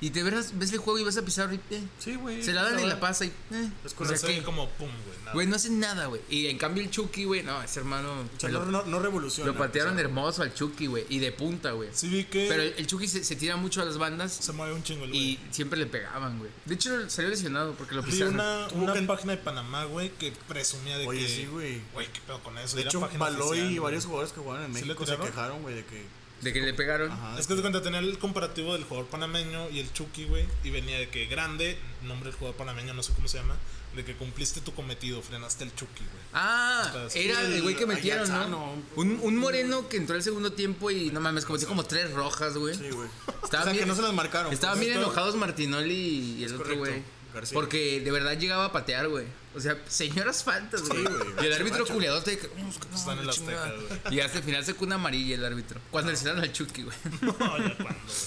B: Y te verás, ves el juego y vas a Pizarro y... eh,
C: Sí, güey.
B: se la dan y
C: verdad.
B: la pasa y... eh,
C: Es
A: O
B: o
A: sea,
B: sea
A: se
B: que,
A: ve como pum, güey. nada.
B: güey, no hacen nada, güey. Y en cambio el Chucky, güey, no, ese hermano...
C: O sea,
B: me
C: no,
B: lo-
C: no, no revoluciona.
B: Lo patearon
C: o sea,
B: hermoso al Chucky, güey. Y de punta, güey.
A: Sí vi que
B: Pero el, el Chucky se, se tira mucho a las bandas
A: se mueve un chingo el güey.
B: y siempre le pegaban, güey. De hecho, salió lesionado porque lo
A: Vi
B: pisaron.
A: una,
C: Tuvo
A: una
C: que-
A: página de Panamá, güey, que presumía de
C: Oye,
A: que.
C: sí, güey.
A: Güey, qué pedo con eso.
C: De
A: Era
C: hecho,
A: página
C: Baloy
A: oficial,
C: y
A: güey.
C: varios jugadores que jugaron en
A: ¿Sí le
C: México se
A: tiraron?
C: quejaron, güey, de que.
B: De que le pegaron.
C: Ajá.
A: Es que se cuenta, tenía el comparativo del jugador panameño y el Chucky, güey. Y venía de que grande, nombre del jugador panameño, no sé cómo se llama. De que cumpliste tu cometido, frenaste el Chucky, güey.
B: Ah,
A: Estás-
B: era el güey que
C: El
B: metieron, ¿no?
C: Ayatzano.
B: Un, un moreno que entró al segundo tiempo y no mames, cometió como tres rojas, güey.
C: Sí, güey.
B: Estaban
C: o sea,
B: bien-
C: que no se las marcaron.
B: Estaban
C: pues.
B: bien
A: Esto-
B: enojados Martinoli y el otro
C: correcto,
B: güey.
C: García.
B: Porque de verdad llegaba a patear, güey. O sea, señoras faltas, güey.
C: güey.
B: y el
C: Macho,
B: árbitro
C: macho.
B: culiadote. que, "Oh, no,
A: Están en la
B: la chingada".
A: Azteca,
B: Y hasta el final sacó una amarilla el árbitro.
C: Ah.
B: Cuando lesionaron al Chucky, güey.
A: No, ya cuándo, güey.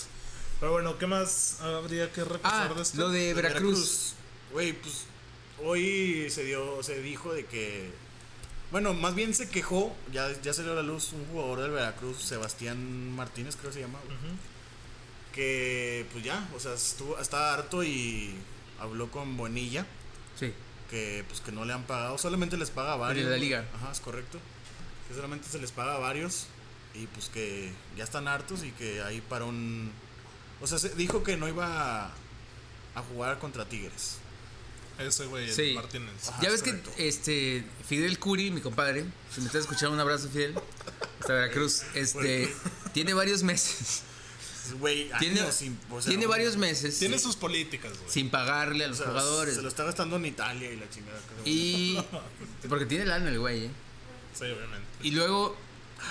A: Pero bueno, ¿qué más habría que repasar
B: Ah,
A: de esto?
B: lo de Veracruz.
C: Veracruz. Güey, pues hoy se dio, se dijo de que. Bueno, más bien se quejó, ya, ya salió a la luz un jugador del Veracruz, Sebastián Martínez creo que se llama, güey,
A: Ujú.
C: que pues ya, o sea, estuvo, estaba harto y habló con Bonilla,
B: Sí.
C: que pues que no le han pagado, solamente les paga a varios.
B: de la liga.
C: Ajá, es correcto. Que solamente se les paga a varios y pues que ya están hartos y que ahí para un... O sea, se dijo que no iba a, a jugar contra Tigres.
A: Ese güey, el
B: Sí. Ah,
A: Martínez.
C: Ajá.
B: Ya ves que
C: correcto.
B: este Fidel Curi, mi compadre, si me estás escuchando, un abrazo, Fidel. Hasta Veracruz. Este tiene varios meses.
C: Pues, Güey,
B: Tiene,
C: años sin- o sea,
B: tiene
C: un-
B: varios meses
A: Tiene
B: sin-
A: sus políticas, güey.
B: sin pagarle a
C: o
B: los
C: sea,
B: jugadores.
C: Se lo está gastando en Italia y la chingada. creo.
B: Y porque tiene lana el güey, ¿eh?
A: Sí, obviamente.
B: Y luego,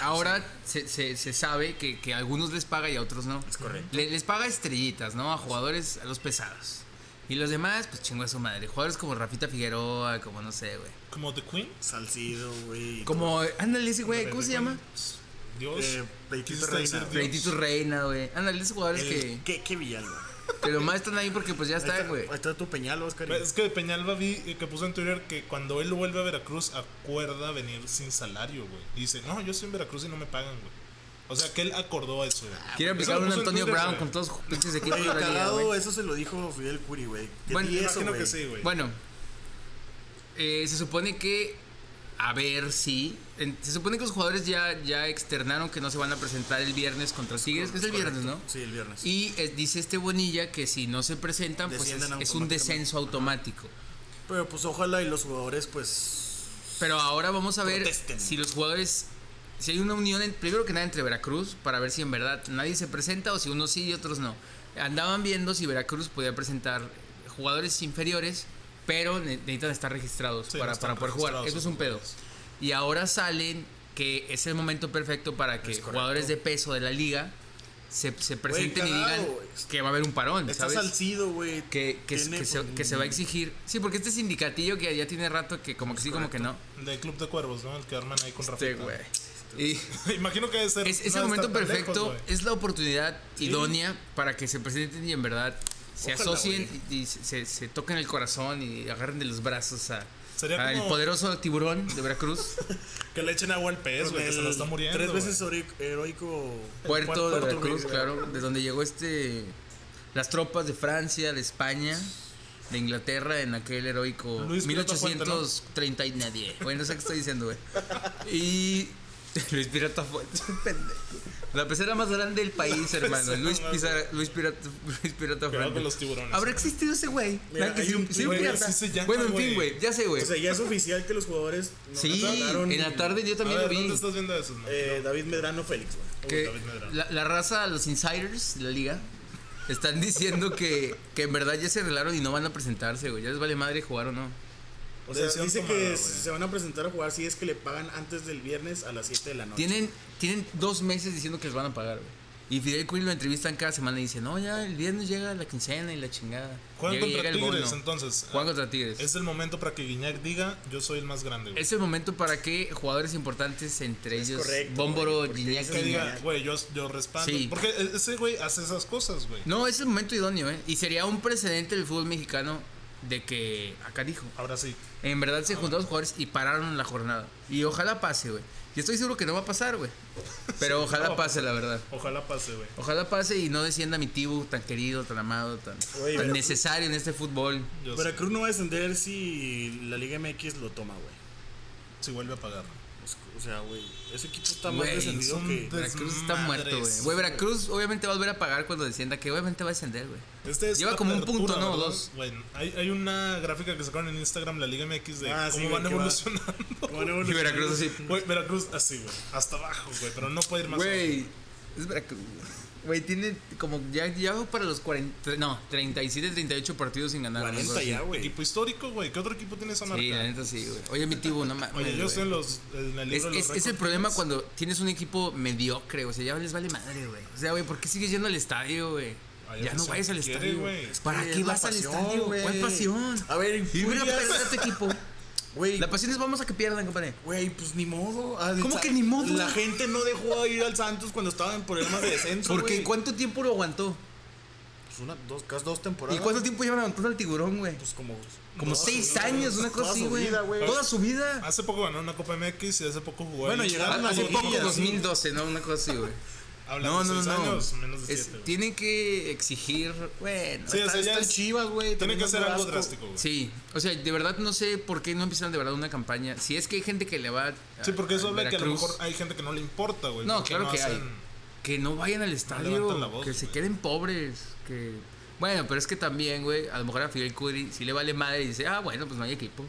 B: ahora se, se- se sabe que, que a algunos les paga y a otros no. Es
C: correcto.
B: les paga estrellitas, ¿no? A jugadores, a los pesados. Y los demás, pues chingo a su madre. Jugadores como Rafita Figueroa, como no sé, güey.
A: Como The Queen.
C: Salcido, güey. y
B: Como, ándale ese güey, ¿cómo se llama?
A: pues, Dios.
C: Eh, Pleitito
A: Quisiste
C: Reina,
A: decir
C: güey.
A: Dios.
B: Pleitito Reina, güey. Ándale, esos
C: todo.
B: jugadores
C: El
B: que.
C: Keke Villalba.
B: Que nomás están ahí porque pues ya
C: Ahí
B: está,
C: está,
B: güey.
C: ahí está tu peñal, Oscar. y-
A: Pues, Es que Peñalba vi eh, que puso en Twitter que cuando él vuelve a Veracruz acuerda venir sin salario, güey. Y dice, no, yo estoy en Veracruz y no me pagan, güey. O sea, que él acordó eso, güey.
B: Ah, Quiere
A: Eso lo
B: aplicar un
C: Pues,
A: puso en
B: Antonio
A: Twitter,
B: Brown
A: güey.
B: con todos los pinches equipos
C: Oye,
B: de la liga,
C: cagado,
B: güey.
C: eso se lo dijo Fidel Curi, güey. ¿Qué
B: Bueno,
C: di
A: Me
C: eso,
A: imagino
C: güey?
A: que sí, güey.
B: Bueno, eh, se supone que. A ver si. en- se supone que los jugadores ya, ya externaron que no se van a presentar el viernes contra Tigres, que es el viernes, ¿no?
C: Sí, el viernes.
B: Y eh, dice este Bonilla que si no se presentan, pues es,
C: Descienden
B: es un
C: automáticamente.
B: descenso automático.
C: Pero pues ojalá y los jugadores, pues.
B: Pero ahora vamos a ver
C: Protesten.
B: si los jugadores. Si hay una unión, en- primero que nada, entre Veracruz, para ver si en verdad nadie se presenta o si unos sí y otros no. Andaban viendo si Veracruz podía presentar jugadores inferiores, pero ne- necesitan estar registrados
A: Sí,
B: para,
A: no están
B: para poder jugar.
A: registrados
B: Eso es
A: esos
B: un pedo.
A: jugadores.
B: Y ahora salen que es el momento perfecto para que
C: Es correcto.
B: jugadores de peso de la liga se, se presenten y
C: cagado,
B: digan
C: güey.
B: que va a haber un parón.
C: Está
B: ¿sabes?
C: salcido, güey.
B: que, que,
C: Tiene,
B: que se,
C: pues,
B: que se va a exigir. Sí, porque este sindicatillo que ya tiene rato que como que sí, como que no.
A: Del Club de Cuervos, ¿no? El que arman ahí con
B: Este,
A: Rafita.
B: güey. Y
A: Imagino que debe ser.
B: es, es el
A: no,
B: momento
A: estar pendejos,
B: perfecto,
A: güey.
B: es la oportunidad idónea para que se presenten y en verdad se
C: Ojalá,
B: asocien y, y se, se- se toquen el corazón y agarren de los brazos a,
A: Sería
B: al
A: como-
B: poderoso tiburón de Veracruz,
A: Que le echen agua al pez,
C: Con
A: güey, que se lo
C: el
A: está muriendo.
C: Tres
A: güey.
C: veces hori- heroico.
B: puerto de
C: Puerto
B: Veracruz,
C: Rico.
B: claro, de donde llegó este las tropas de Francia, de España, de Inglaterra en aquel heroico
A: Luis Pirata Fuente, ¿no?
B: 1830 y nadie. Bueno, no sé qué estoy diciendo, güey. Y Luis Pirata Fuente, pendejo. La pecera más grande del país, hermano. Luis, Pizarra- Luis Pirata, Luis Pirata
A: Cuidado
B: Fuente.
A: con los tiburones.
B: ¿Habrá existido ese güey?
C: Mira,
B: Claro que
C: hay
B: sí,
C: un
B: sí, un
A: güey,
B: pirata.
A: así se llama,
B: bueno, en
A: güey.
B: fin, güey. Ya sé, güey.
C: O sea, ya es oficial que los jugadores. no
B: sí,
C: trataron-
B: en la tarde yo
A: A
B: también
A: ver,
B: lo vi.
A: ¿Dónde estás viendo eso, no?
C: Eh, David Medrano Félix, güey.
B: que
A: David Medrano.
B: la, la raza, los insiders de la liga, están diciendo que, que en verdad ya se arreglaron y no van a presentarse, güey. Ya les vale madre jugar o no.
C: O sea,
A: Decisión
C: dice
A: tomada,
C: que
A: güey.
C: se van a presentar a jugar si es que le pagan antes del viernes a las 7 de la noche.
B: Tienen, tienen dos meses diciendo que les van a pagar, güey. Y Fidel Curi lo entrevistan cada semana y dice, no, ya el viernes llega la quincena y la chingada.
A: Juegan
B: Llega-
A: contra
B: llega el
A: Tigres,
B: bono.
A: entonces. ah,
B: Juegan contra Tigres.
A: Es el momento para que Guiñac diga: Yo soy el más grande, güey.
B: Es el momento para que jugadores importantes, entre ellos
C: correcto,
B: Bómboro,
C: güey, porque
B: Gignac
C: es
A: Que
B: y-
A: diga, güey, yo, yo respaldo.
B: Sí.
A: Porque e- ese güey hace esas cosas, güey.
B: No, es el momento idóneo, ¿eh? Y sería un precedente del fútbol mexicano de que, acá dijo,
A: Ahora sí.
B: En verdad se juntaron los jugadores y pararon la jornada. Y ojalá pase, güey. Yo estoy seguro que no va a pasar, güey. Pero ojalá
A: no va a
B: pase, la verdad.
A: Ojalá pase, güey.
B: Ojalá pase y no descienda mi tibu tan querido, tan amado, tan,
C: Oye,
B: tan
C: pero-
B: necesario en este fútbol.
A: Yo sé.
C: Veracruz no va a descender si la Liga MX lo toma, güey.
A: Si vuelve a pagar.
C: Es- O sea, güey, ese equipo está más
B: Güey,
C: descendido
A: son
C: que.
A: de-
B: Veracruz está
A: Desmadres.
B: muerto, güey. Güey, Veracruz obviamente va a volver a pagar cuando descienda, que obviamente va a descender, güey.
A: Este es
B: Lleva
A: la
B: como un punto,
A: apertura,
B: ¿no?
A: ¿verdad?
B: Dos.
A: Bueno, hay, hay una gráfica que sacaron en Instagram, la Liga MX, de
C: Ah, sí,
A: cómo
C: güey,
A: van
C: que va-
A: evolucionando.
C: Van a
B: Y Veracruz así.
A: Güey, Veracruz así, güey. Hasta abajo, güey. Pero no puede ir más abajo.
B: Güey, es Veracruz. Güey, tiene como ya, ya va para los 40, no, 37, 38 partidos sin ganar.
C: 40 ya, güey.
A: Equipo histórico, güey. ¿Qué otro equipo tiene esa marca?
B: Sí, la neta sí, güey. Oye, mi tibu, no mames.
A: Oye, yo
B: güey.
A: estoy en, los, en el libro
B: Es,
A: de los
B: es- es el
A: récords.
B: problema cuando tienes un equipo mediocre, o sea, ya les vale madre, güey. O sea, güey, ¿por qué sigues yendo al estadio, güey?
A: Ay,
B: Ya no
A: afición
B: vayas al
A: quiere,
B: estadio.
A: güey. Es
B: ¿Para
C: que
B: qué
C: es la
B: vas al
C: pasión,
B: estadio?
C: güey.
B: ¿Cuál pasión?
C: A este ver,
B: Y hubiera
C: Furias.
B: perdido tu equipo.
C: Güey,
B: La pasión es vamos a que pierdan, compadre.
C: Güey, pues ni modo. Al-
B: ¿Cómo que ni modo?
C: La gente no dejó ir al Santos cuando estaban en problemas de descenso.
B: Porque
C: güey.
B: ¿cuánto tiempo lo aguantó?
C: Pues una, dos, casi dos
B: ¿Y
C: temporadas.
B: cuánto tiempo llevan aguantando al tiburón, güey?
C: Pues como.
B: Como
C: toda
B: seis
C: su vida,
B: años, una cosa
C: toda
B: así,
C: su
B: güey.
C: vida, güey.
B: Toda su vida.
A: Hace poco ganó una Copa MX y hace poco jugó
C: Bueno,
A: ahí.
C: llegaron
B: Ah, Hace
C: las
B: poco
C: liguillas,
B: 2012, ¿no? Una cosa así, güey. No,
A: Hablando
B: no,
A: de seis
B: no.
A: años, menos de
B: Es-
A: siete, güey.
B: tienen que exigir, bueno.
A: Sí, o sea, ya
C: Está en
A: es-
C: Chivas, güey.
A: tiene
C: también
A: que
C: en
A: hacer algo
C: Vasco.
A: drástico, güey.
B: Sí, o sea, de verdad no sé por qué no empiezan de verdad una campaña. Si es que hay gente que le va a.
A: Sí, porque eso
B: a
A: habla que a lo
B: Veracruz.
A: mejor hay gente que no le importa, güey.
B: No,
A: porque
B: claro que hay.
A: hacen-
B: Que no vayan al estadio,
A: levantan la voz,
B: que se
A: güey.
B: queden pobres, que. Bueno, pero es que también, güey, a lo mejor a Fidel Curi si le vale madre y dice, ah, bueno, pues no hay equipo.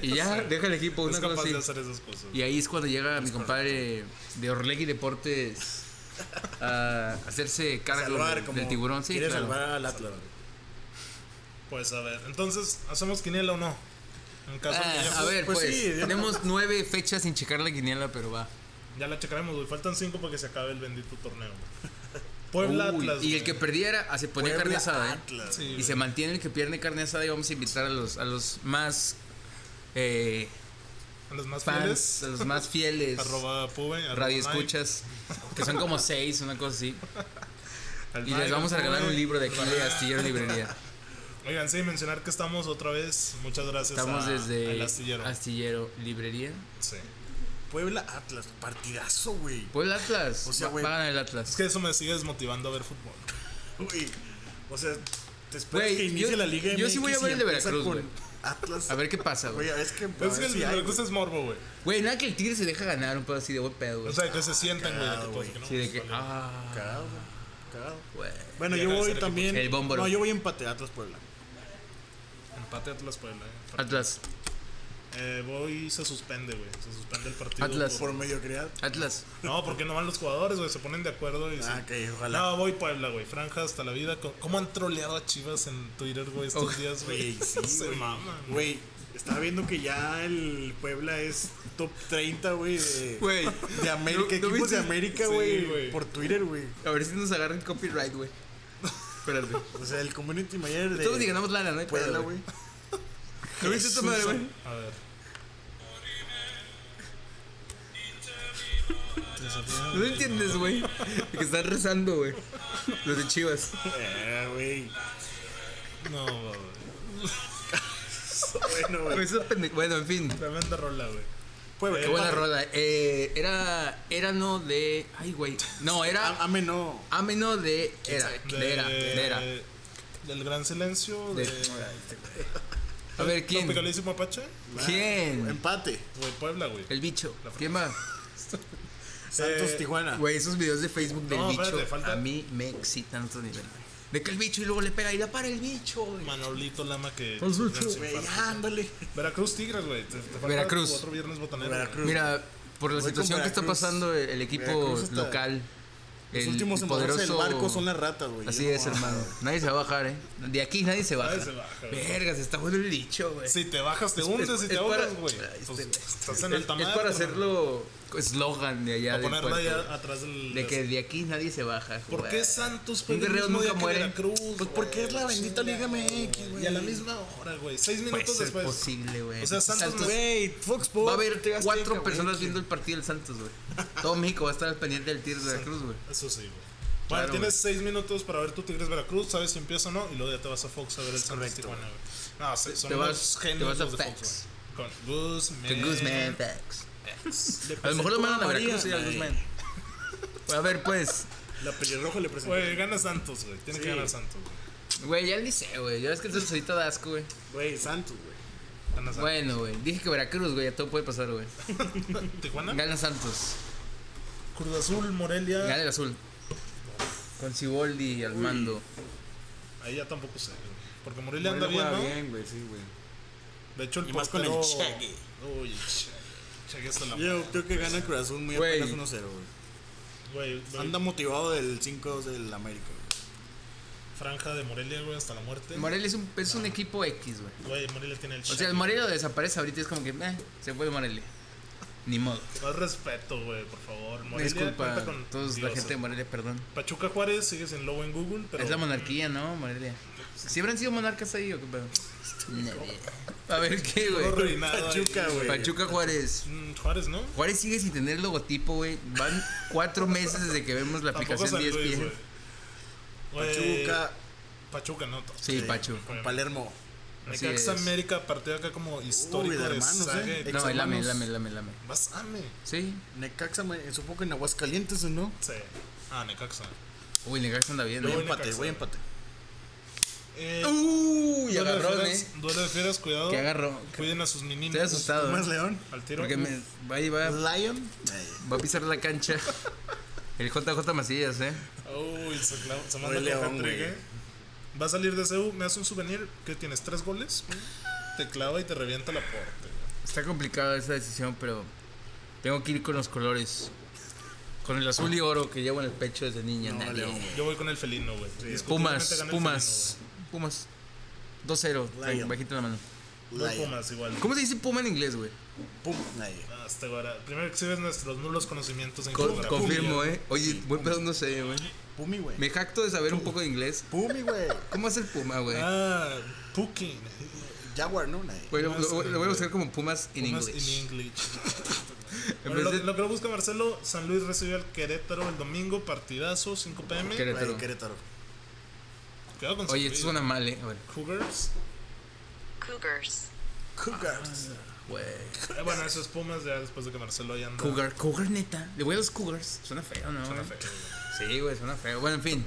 B: Y ya, deja el equipo,
A: Es
B: una cosa
A: capaz
B: así.
A: de hacer esas cosas.
B: Y ahí es cuando llega mi compadre de Orlegui Deportes a hacerse cargo
C: Salvar
B: del,
C: como.
B: del tiburón. Sí,
C: Quiere
B: claro.
C: salvar al Atlas, güey.
A: Pues a ver, entonces, ¿hacemos quiniela o no? En caso de que
B: Ah,
A: ya,
B: a ver, pues,
C: Pues sí, de-
B: tenemos nueve fechas sin checar la quiniela, pero va.
A: ya la checaremos, güey. Faltan cinco para que se acabe el bendito torneo. güey. Puebla
B: Uy,
A: Atlas.
B: y el
A: güey.
B: que perdiera ah, se ponía carne
C: Puebla,
B: asada, ¿eh?
C: Atlas.
A: Sí,
B: Y
A: güey.
B: se mantiene el que pierde carne asada y vamos a invitar a los, a los más eh,
A: A los más
B: fans,
A: fieles.
B: a los más fieles,
A: Arroba Pube. arroba
B: radio
A: Mike.
B: escuchas, que son como seis, una cosa así.
A: Al
B: Y les
A: Mario,
B: vamos a regalar
A: güey.
B: un libro de aquí de Astillero Librería.
A: Oigan, sí, mencionar que estamos otra vez. Muchas gracias
B: Estamos
A: a-
B: desde
A: al astillero.
B: Astillero Librería.
A: Sí.
C: Puebla Atlas, partidazo, güey.
B: Puebla Pues Atlas.
C: O sea,
B: Va-
C: güey.
B: va a ganar el
A: Es
B: Atlas.
A: que eso me sigue desmotivando a ver fútbol.
C: Güey, O sea, te esperas
B: Güey,
C: que inicie
B: yo-
C: la Liga
B: yo sí
C: MX
B: voy a
C: y
B: ver el de
C: empieza
B: Veracruz,
C: con
B: güey.
C: Atlas.
B: A ver qué pasa,
C: güey,
B: güey.
C: es que. a
A: Es que
C: ver si hay,
A: el gusta es morbo, güey.
B: Güey, nada que el Tigre se deja ganar un pedo así de buen pedo,
A: O
B: güey.
A: sea, que se sientan, güey. de que pues,
C: Ah, cagado, güey.
A: que no,
B: Sí, de
A: pues,
B: que.
A: vale.
B: Ah,
C: Cagado, güey, cagado.
B: güey.
C: Bueno,
A: Ya
C: yo
A: debe ser
C: voy
A: equipo.
C: también.
B: El Bómbaro.
C: No, yo voy empate Atlas Puebla. ah.
A: Empate Atlas Puebla, eh.
B: Atlas.
A: Eh, voy y se suspende, güey. Se suspende el partido.
B: Atlas.
A: por-
C: Por mediocridad.
B: Atlas.
A: No, porque no van los jugadores, güey. Se ponen de acuerdo y.
C: Ah,
A: sí.
C: que ojalá.
A: No, voy Puebla, güey. Franja hasta la vida. Co- ¿Cómo han troleado a Chivas en Twitter, güey, estos
B: Ojo,
A: días, güey?
C: Oh, Güey, sí,
A: se
C: güey.
A: maman.
C: Güey, estaba viendo que ya el Puebla es top 30, güey. De,
B: Güey.
C: de América.
B: ¿No- no
C: equipos
B: viste?
C: de América,
A: Sí,
C: güey.
A: güey.
C: por Twitter, güey.
B: A ver si nos agarra el copyright, güey. Espérate.
C: O sea, el community manager de.
B: Todos ni ganamos lana, ¿no? hay
C: Puebla,
B: pedo,
C: güey.
B: ¿No viste esta madre, güey?
A: A ver.
B: No entiendes, güey. Que están rezando, güey. Los de Chivas.
C: Eh, güey.
A: No, güey.
C: Bueno, güey.
B: Eso pende- Bueno, en fin.
A: Tremenda rola, güey.
C: Puebla.
B: Qué buena
C: empate.
B: rola. Eh, era. Era no de. Ay, güey. No,
C: A-
B: era.
C: Ame no.
B: Ameno de. Era. De era. De era.
A: Del gran silencio. De,
B: De-
C: este
B: A ver, ¿quién?
A: Tropicalísimo Apache.
B: ¿Quién?
C: Empate.
A: Güey, Puebla, güey.
B: El bicho. ¿Quién va? Eh,
C: Santos Tijuana.
B: Güey, esos videos de Facebook del
A: No,
B: bicho
A: espérate, falta-
B: a mí me excitan a otro nivel. De que el bicho y luego le pega y la para el bicho. güey.
A: Manolito Lama que.
B: Pues,
A: que
B: güey,
A: se
C: Güey,
A: infarta.
C: ya, ándale.
A: Veracruz Tigres, güey. Te, te falta
B: Veracruz.
A: tu Otro viernes botanero.
C: Veracruz.
B: Mira, por la
C: Voy con
B: situación que está
C: Veracruz.
B: pasando el- el equipo
C: Veracruz está-
B: local.
C: Los
B: el
C: últimos en
B: poderoso...
C: bajarse del barco son las ratas, güey.
B: Así
C: Yo no
B: es,
C: bajo.
B: hermano. Nadie se va a bajar, ¿eh? De aquí nadie se baja.
A: Nadie se baja, güey.
B: Vergas, está bueno el bicho, güey.
A: güey. Si te bajas, te hundes.
B: es-
A: Si te
B: es
A: ahogas,
B: para-
A: güey.
B: Ay,
A: Pues,
B: este-
A: estás
B: Es,
A: en alta
B: es
A: mar,
B: para
A: carnal.
B: hacerlo eslogan de allá
A: O
B: del
A: ponerla
B: puerto,
A: allá
B: güey.
A: atrás del.
B: De que de aquí nadie se baja.
A: ¿Por
B: güey.
A: qué Santos
B: Un
A: fue el
B: guerrero
A: mismo día
B: nunca
A: que
B: muere.
A: Veracruz?
C: Pues porque es la bendita Liga MX,
A: güey. Y a la misma hora, güey. Seis
B: Puede
A: minutos
B: ser
A: después.
B: Pues, posible, güey. Pues,
A: O sea, Santos,
B: Santos-
C: Güey, Fox Sports.
B: Va a haber
C: Azteca,
B: cuatro
C: güey.
B: personas viendo el partido del Santos, güey. Todo México va a estar al pendiente del Tigres de Veracruz, güey.
A: Eso sí, güey. Bueno,
B: Claro,
A: tienes seis minutos para ver tu Tigres Veracruz, sabes si empieza o no, y luego ya te vas a Fox a ver el Santos Tijuana, güey. No, se- son
B: Te vas-
A: unos
B: te
A: genios
B: vas a
A: los de Fox,
B: Fox.
A: güey. Con Guzmán.
B: The Guzmán Facts. A lo mejor lo mandan a
C: María,
B: Veracruz y al
C: güey.
B: Guzmán. A ver, pues.
C: La pelirroja le presentó.
A: Güey, gana Santos, güey. Tiene
C: Sí.
A: que ganar Santos, güey.
B: Güey, ya el liceo, güey. Ya ves que el Santos ahorita da asco, güey.
C: Güey, Santos, güey.
A: Gana Santos.
B: Bueno, güey. Dije que Veracruz, güey. Ya todo puede pasar, güey.
A: Tijuana.
B: Gana Santos.
A: Cruz Azul, Morelia.
B: Gana el azul. Con Ciboldi al mando.
A: Ahí ya tampoco sé, güey. Porque Morelia anda bien, ¿no?
C: güey, sí, güey.
A: De hecho, el
C: Y más con el
A: portero-
C: Chagui.
A: Uy, Chagui. Chagui hasta la
C: Yo creo que gana Cruz Azul muy
B: Güey.
C: apenas 1-0, güey.
A: Güey, güey,
C: Anda motivado del 5-2 del América, güey.
A: franja de Morelia, güey, hasta la muerte.
B: Morelia es un, es un equipo X, güey.
A: Güey, Morelia tiene el
B: O sea, el Morelia desaparece ahorita. Es como que, eh, se fue el Morelia. Ni modo.
A: Más respeto, güey, por favor.
B: Una
A: Morelia
B: disculpa
A: cuenta
B: a
A: con
B: todos la
A: dioses.
B: gente de Morelia, perdón.
A: Pachuca Juárez sigue sin logo en Google, pero.
B: Es la monarquía, ¿no? Morelia. ¿Siempre han sido monarcas ahí o qué pedo? A ver qué,
A: Todo
B: güey.
A: arruinado ahí.
C: Pachuca, güey.
B: Pachuca Juárez.
A: Mm, Juárez, ¿no?
B: Juárez sigue sin tener logotipo, güey. Van cuatro meses desde que vemos la
A: Tampoco
B: aplicación E
A: San Luis,
B: 10
A: güey.
B: pies.
A: Güey, Eh,
C: Pachuca,
A: Pachuca, no. to-
B: Sí, Pacho.
A: Obviamente.
C: Palermo.
B: Así
A: Necaxa
B: es.
A: América, partido acá como histórico
C: Uy,
A: de,
C: de hermanos,
A: saga
C: ¿eh?
A: y-
B: No, el lame,
C: Exhermanos.
B: el lame, el lame, el lame.
A: Vas, ah, ame.
B: Sí.
C: Necaxa, me- supongo que en Aguascalientes, ¿no?
A: Sí. Ah, Necaxa.
B: Uy, Necaxa anda bien,
C: Voy
A: Luego
B: ¿no?
A: Luego
C: empate,
A: Necaxa,
C: voy
A: güey.
C: empate.
A: Eh, duelo
B: Uy,
A: de
B: agarrón,
A: fieras-
B: eh.
A: Duelo de fieras, cuidado.
B: Que agarró.
A: Cuiden a sus meninos.
B: Estoy asustado.
C: Más
B: eh.
C: León.
A: Al tiro.
B: Porque me, va, y va,
C: Lion.
B: va a pisar la cancha. El JJ Macías, eh.
A: Uy, se, clava- se manda
C: Oye,
A: con
C: León,
A: hat-trick,
C: güey.
A: ¿eh? Va a salir de CU, me hace un souvenir que tienes tres goles, te clava y te revienta la puerta. güey.
B: Está complicada esa decisión, pero tengo que ir con los colores. Con el azul y oro que llevo en el pecho desde niño.
C: No,
B: Nadie.
C: León, güey.
A: Yo voy con el felino, güey. Discutiblemente
B: Pumas,
A: gana el
B: Pumas, Pumas. 2-0,
C: Lion.
B: bajito la
A: felino, güey.
B: mano.
A: Voy
C: Lion.
A: Pumas igual.
B: ¿Cómo se dice Puma en inglés, güey?
C: Pum. Nadie.
A: Ah, este güera. Primero exhibes nuestros nulos conocimientos en
B: Co-
A: geografía.
B: confirmo, ¿eh? Oye, buen pedo no sé, güey.
C: Pumi, güey.
B: Me jacto de saber un poco de inglés.
C: Pumi, güey.
B: ¿Cómo hace el Puma, güey?
A: Ah, Puki.
C: Jaguar, ¿no? Nadie.
B: Güey, lo,
A: Pumas,
B: lo- lo voy a buscar como Pumas in
A: Pumas
B: English.
A: in English.
B: En
A: Bueno,
B: vez
A: lo,
B: de-
A: lo que lo busca Marcelo, San Luis recibe al Querétaro el domingo, partidazo, 5 pm.
B: Querétaro.
C: Rayo Querétaro.
A: Cuidado con San
B: Oye,
A: Luis.
B: esto suena mal, eh. Bueno,
A: Cougars.
D: Cougars.
C: Cougars.
B: güey.
A: Eh, bueno, esos Pumas ya después de que Marcelo ya anda.
B: Cougar, Cougar neta. Le voy a los Cougars. Suena feo, ¿no?
A: Suena
B: güey?
A: feo.
B: Sí, güey, suena feo. Bueno, en fin.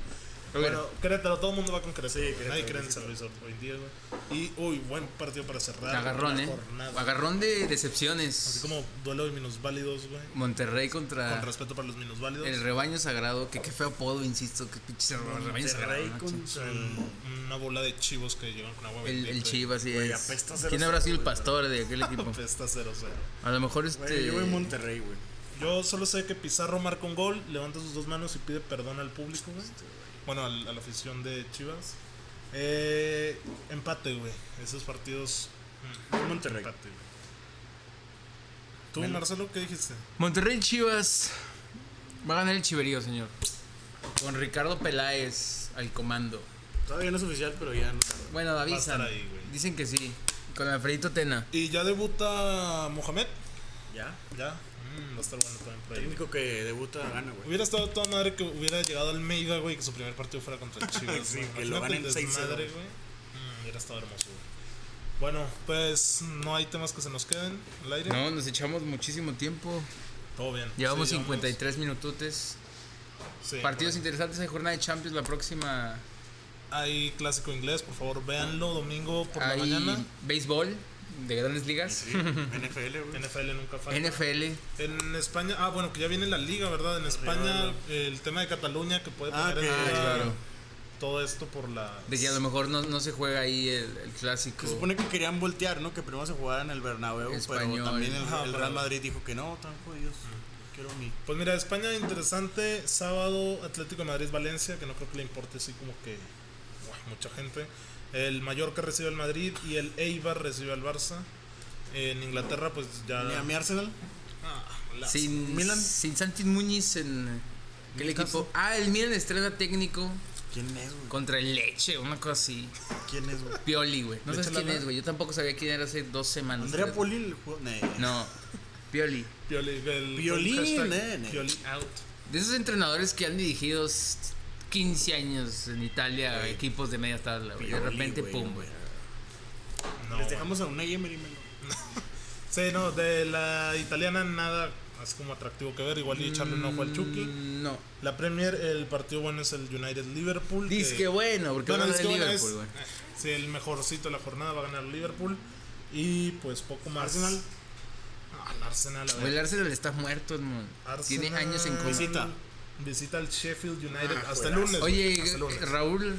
A: Bueno, Querétaro, todo el mundo va con Querétaro.
C: Sí, Querétaro,
A: Nadie cree en
C: sí,
A: San Luis hoy en día, güey. Y, uy, buen partido para cerrar.
B: agarrón,
A: la
B: eh.
A: jornada.
B: Agarrón de
A: Así
B: decepciones.
A: como duelo de minusválidos, güey.
B: Monterrey contra
A: Con respeto para los minusválidos.
B: Ah. el rebaño sagrado. Que qué feo apodo, insisto. Que pinche rebaño sagrado.
C: Monterrey
B: ¿no?
C: con su...
A: Mm, Una bola de chivos que llegan con agua
B: El,
A: bendita.
B: el Chivas, sí.
C: Güey,
B: es.
C: apesta cero
B: ¿Quién habrá sido el
C: cero, güey,
B: pastor de aquel equipo?
A: Apesta 0-0.
B: A lo mejor
C: Güey,
B: este.
C: yo voy a Monterrey, güey.
A: Yo solo sé que Pizarro marca un gol, levanta sus dos manos y pide perdón al público, güey.
C: Este,
A: Bueno, al- a la afición de Chivas. Eh, empate, güey. Esos partidos. mm,
C: Voy a Monterrey.
A: Empate, güey. ¿Tú,
C: Bueno.
A: Marcelo, qué dijiste?
B: Monterrey Chivas. Va a ganar el Chiverío, señor. Con Ricardo Peláez al comando.
C: Todavía no es oficial, pero ya no.
B: Bueno, avisan.
A: estar ahí, güey.
B: Dicen que sí. Con Alfredito Tena.
A: Y ya debuta Mohamed.
C: Ya.
A: Ya. Mm, va a estar bueno también por ahí. güey.
C: Técnico que debuta gana, güey.
A: Hubiera estado toda madre que hubiera llegado Almeida, güey, que su primer partido fuera contra el Chivas.
C: Sí,
A: güey.
C: que lo
A: Imagínate
C: ganen
A: el
C: 6-0,
A: desmadre,
C: güey.
A: güey. Mm, hubiera estado hermoso, güey. Bueno, pues no hay temas que se nos queden al aire.
B: No, nos echamos muchísimo tiempo.
A: Todo bien.
B: Llevamos
A: Sí,
B: 53 minututes.
A: sí,
B: Partidos
A: bueno.
B: interesantes en jornada de Champions la próxima.
A: Hay clásico inglés, por favor, véanlo domingo por
B: Hay
A: la mañana.
B: béisbol de grandes ligas.
C: Sí, NFL, güey.
A: NFL nunca falta.
B: NFL.
A: En España, ah, bueno, que ya viene la liga, ¿verdad? En España, el tema de Cataluña que puede
C: Ah,
A: poner en duda
C: que-
B: claro.
A: todo esto por la.
B: De que a lo mejor no, no se juega ahí el, el clásico.
C: Se supone que querían voltear, ¿no? Que primero se jugaran el Bernabéu,
B: Español.
C: pero también el,
A: Ajá,
C: el
A: pero-
C: Real Madrid dijo que no, tan jodidos. Quiero mi...
A: Pues mira, España interesante. Sábado, Atlético de Madrid-Valencia, que no creo que le importe así como que buah, mucha gente. El Mallorca recibe al Madrid y el Eibar recibe al Barça. En Inglaterra, pues ya.
C: Ni a mi Arsenal.
A: Ah, la-
B: Sin,
C: Milan.
B: sin Santi Muñiz en el equipo. Ah, el Milan estrena técnico
C: ¿Quién es, güey?
B: contra el Leche, una cosa así.
C: ¿Quién es, güey?
B: Pioli, güey. No
A: ¿Leche
B: sabes quién
A: Lama?
B: es, güey. Yo tampoco sabía quién era hace dos semanas.
C: Andrea
B: Tres.
C: Poli, el juego. Nee.
B: No, Pioli.
A: Pioli- el-
C: Piolín,
A: hashtag
C: eh, ne-
A: Pioli out.
B: De esos entrenadores que han dirigido s- 15 años en Italia a equipos de media tabla, güey. De
C: Pioli,
B: repente,
C: güey,
B: pum,
C: no,
B: güey.
A: No,
C: Les
A: güey.
C: dejamos a una Emery, men.
A: Sí, no, de la italiana nada así como atractivo que ver. Igual y echarle un ojo al Chucky.
B: Mm, No.
A: La Premier, el partido bueno es el United-Liverpool. que-
B: Dice que bueno, porque
A: Bueno,
B: van a
A: es
B: ganar
A: que bueno,
B: Liverpool,
A: es- eh,
B: güey.
A: Sí, el mejorcito de la jornada va a ganar Liverpool. Y pues poco más.
C: Arsenal.
A: Ah, el Arsenal, a ver.
B: El Arsenal está muerto, hermano. Tiene
A: Arsenal
B: años en coma.
C: Visita.
A: Visita al Sheffield United
C: Ah,
A: hasta el
C: juegazo.
A: lunes. güey,
B: Oye,
A: hasta el lunes.
B: Raúl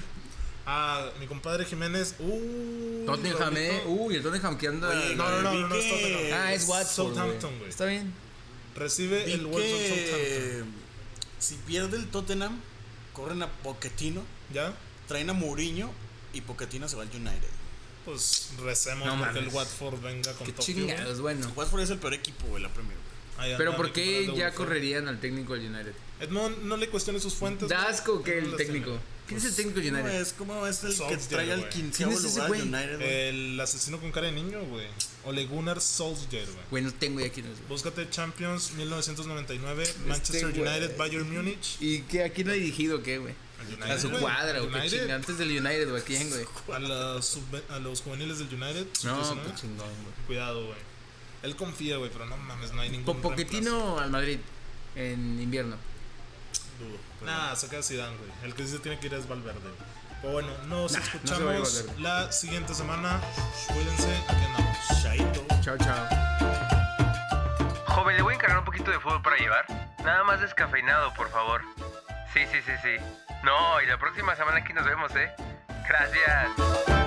A: Ah, mi compadre Jiménez. Uh,
B: Tottenham, eh.
A: Raulito.
B: Uy, el Tottenham que anda.
C: Oye,
A: No, no, no,
C: Vi
A: no, no es
C: que-
A: Tottenham.
B: ah, es Watford. güey.
A: Southampton, güey.
B: Está bien.
A: Recibe
C: Vi
A: el Watford Southampton.
C: que si pierde el Tottenham, corren a Pochettino,
A: ¿Ya?
C: traen a Mourinho y Pochettino se va al United.
A: Pues recemos
B: No
A: porque
B: mames.
A: el Watford venga con
B: Qué
A: Tokio.
B: chingados, bueno.
C: Watford es el peor equipo, güey, la Premier. güey.
A: Ahí anda
B: Pero
A: mi
B: ¿por qué
A: compadre
B: ya
A: Wolford.
B: correrían al técnico del United?
A: Edmond, no le cuestione sus fuentes.
B: Da
A: güey.
B: asco que
A: No
B: el
A: las
B: técnico. ¿Quién es el técnico del
C: ¿Cómo
B: United?
C: es, ¿Cómo es el que
A: Solskjaer,
C: trae al
A: güey.
C: quinceavo
B: ¿Quién es ese
C: lugar al
B: güey? Eh,
C: United, güey?
A: tiene. El asesino con cara de niño, güey. Ole Gunnar Solskjaer, güey.
B: Güey, no tengo ya quién es. güey.
A: Búscate Champions 1999, Manchester
B: Este güey.
A: United, Bayern Múnich.
B: ¿Y qué, a quién lo ha dirigido qué, güey?
A: Al
B: A su
A: United,
B: cuadra, o
A: güey.
B: qué
A: United,
B: chingada. Antes del United, o a quién, güey.
A: A, la sub- a los juveniles del United.
B: No,
A: sub-19.
B: pues chingón, güey.
A: Cuidado, güey. Él confía, güey, pero no mames, no hay ningún.
B: Po-
A: reemplazo.
B: Pochettino al Madrid en invierno.
A: Dudo. Nah, se queda Zidane, güey. El que sí se tiene que ir es Valverde. güey. Pero bueno, nos
B: se va a ir
A: escuchamos
B: Valverde.
A: la siguiente semana. Cuídense, aquí andamos.
C: Chaito.
B: Chao, chao.
E: Joven, le voy a encargar un poquito de fútbol para llevar. Nada más descafeinado, por favor. Sí, sí, sí, sí. No, y la próxima semana aquí nos vemos, ¿eh? Gracias.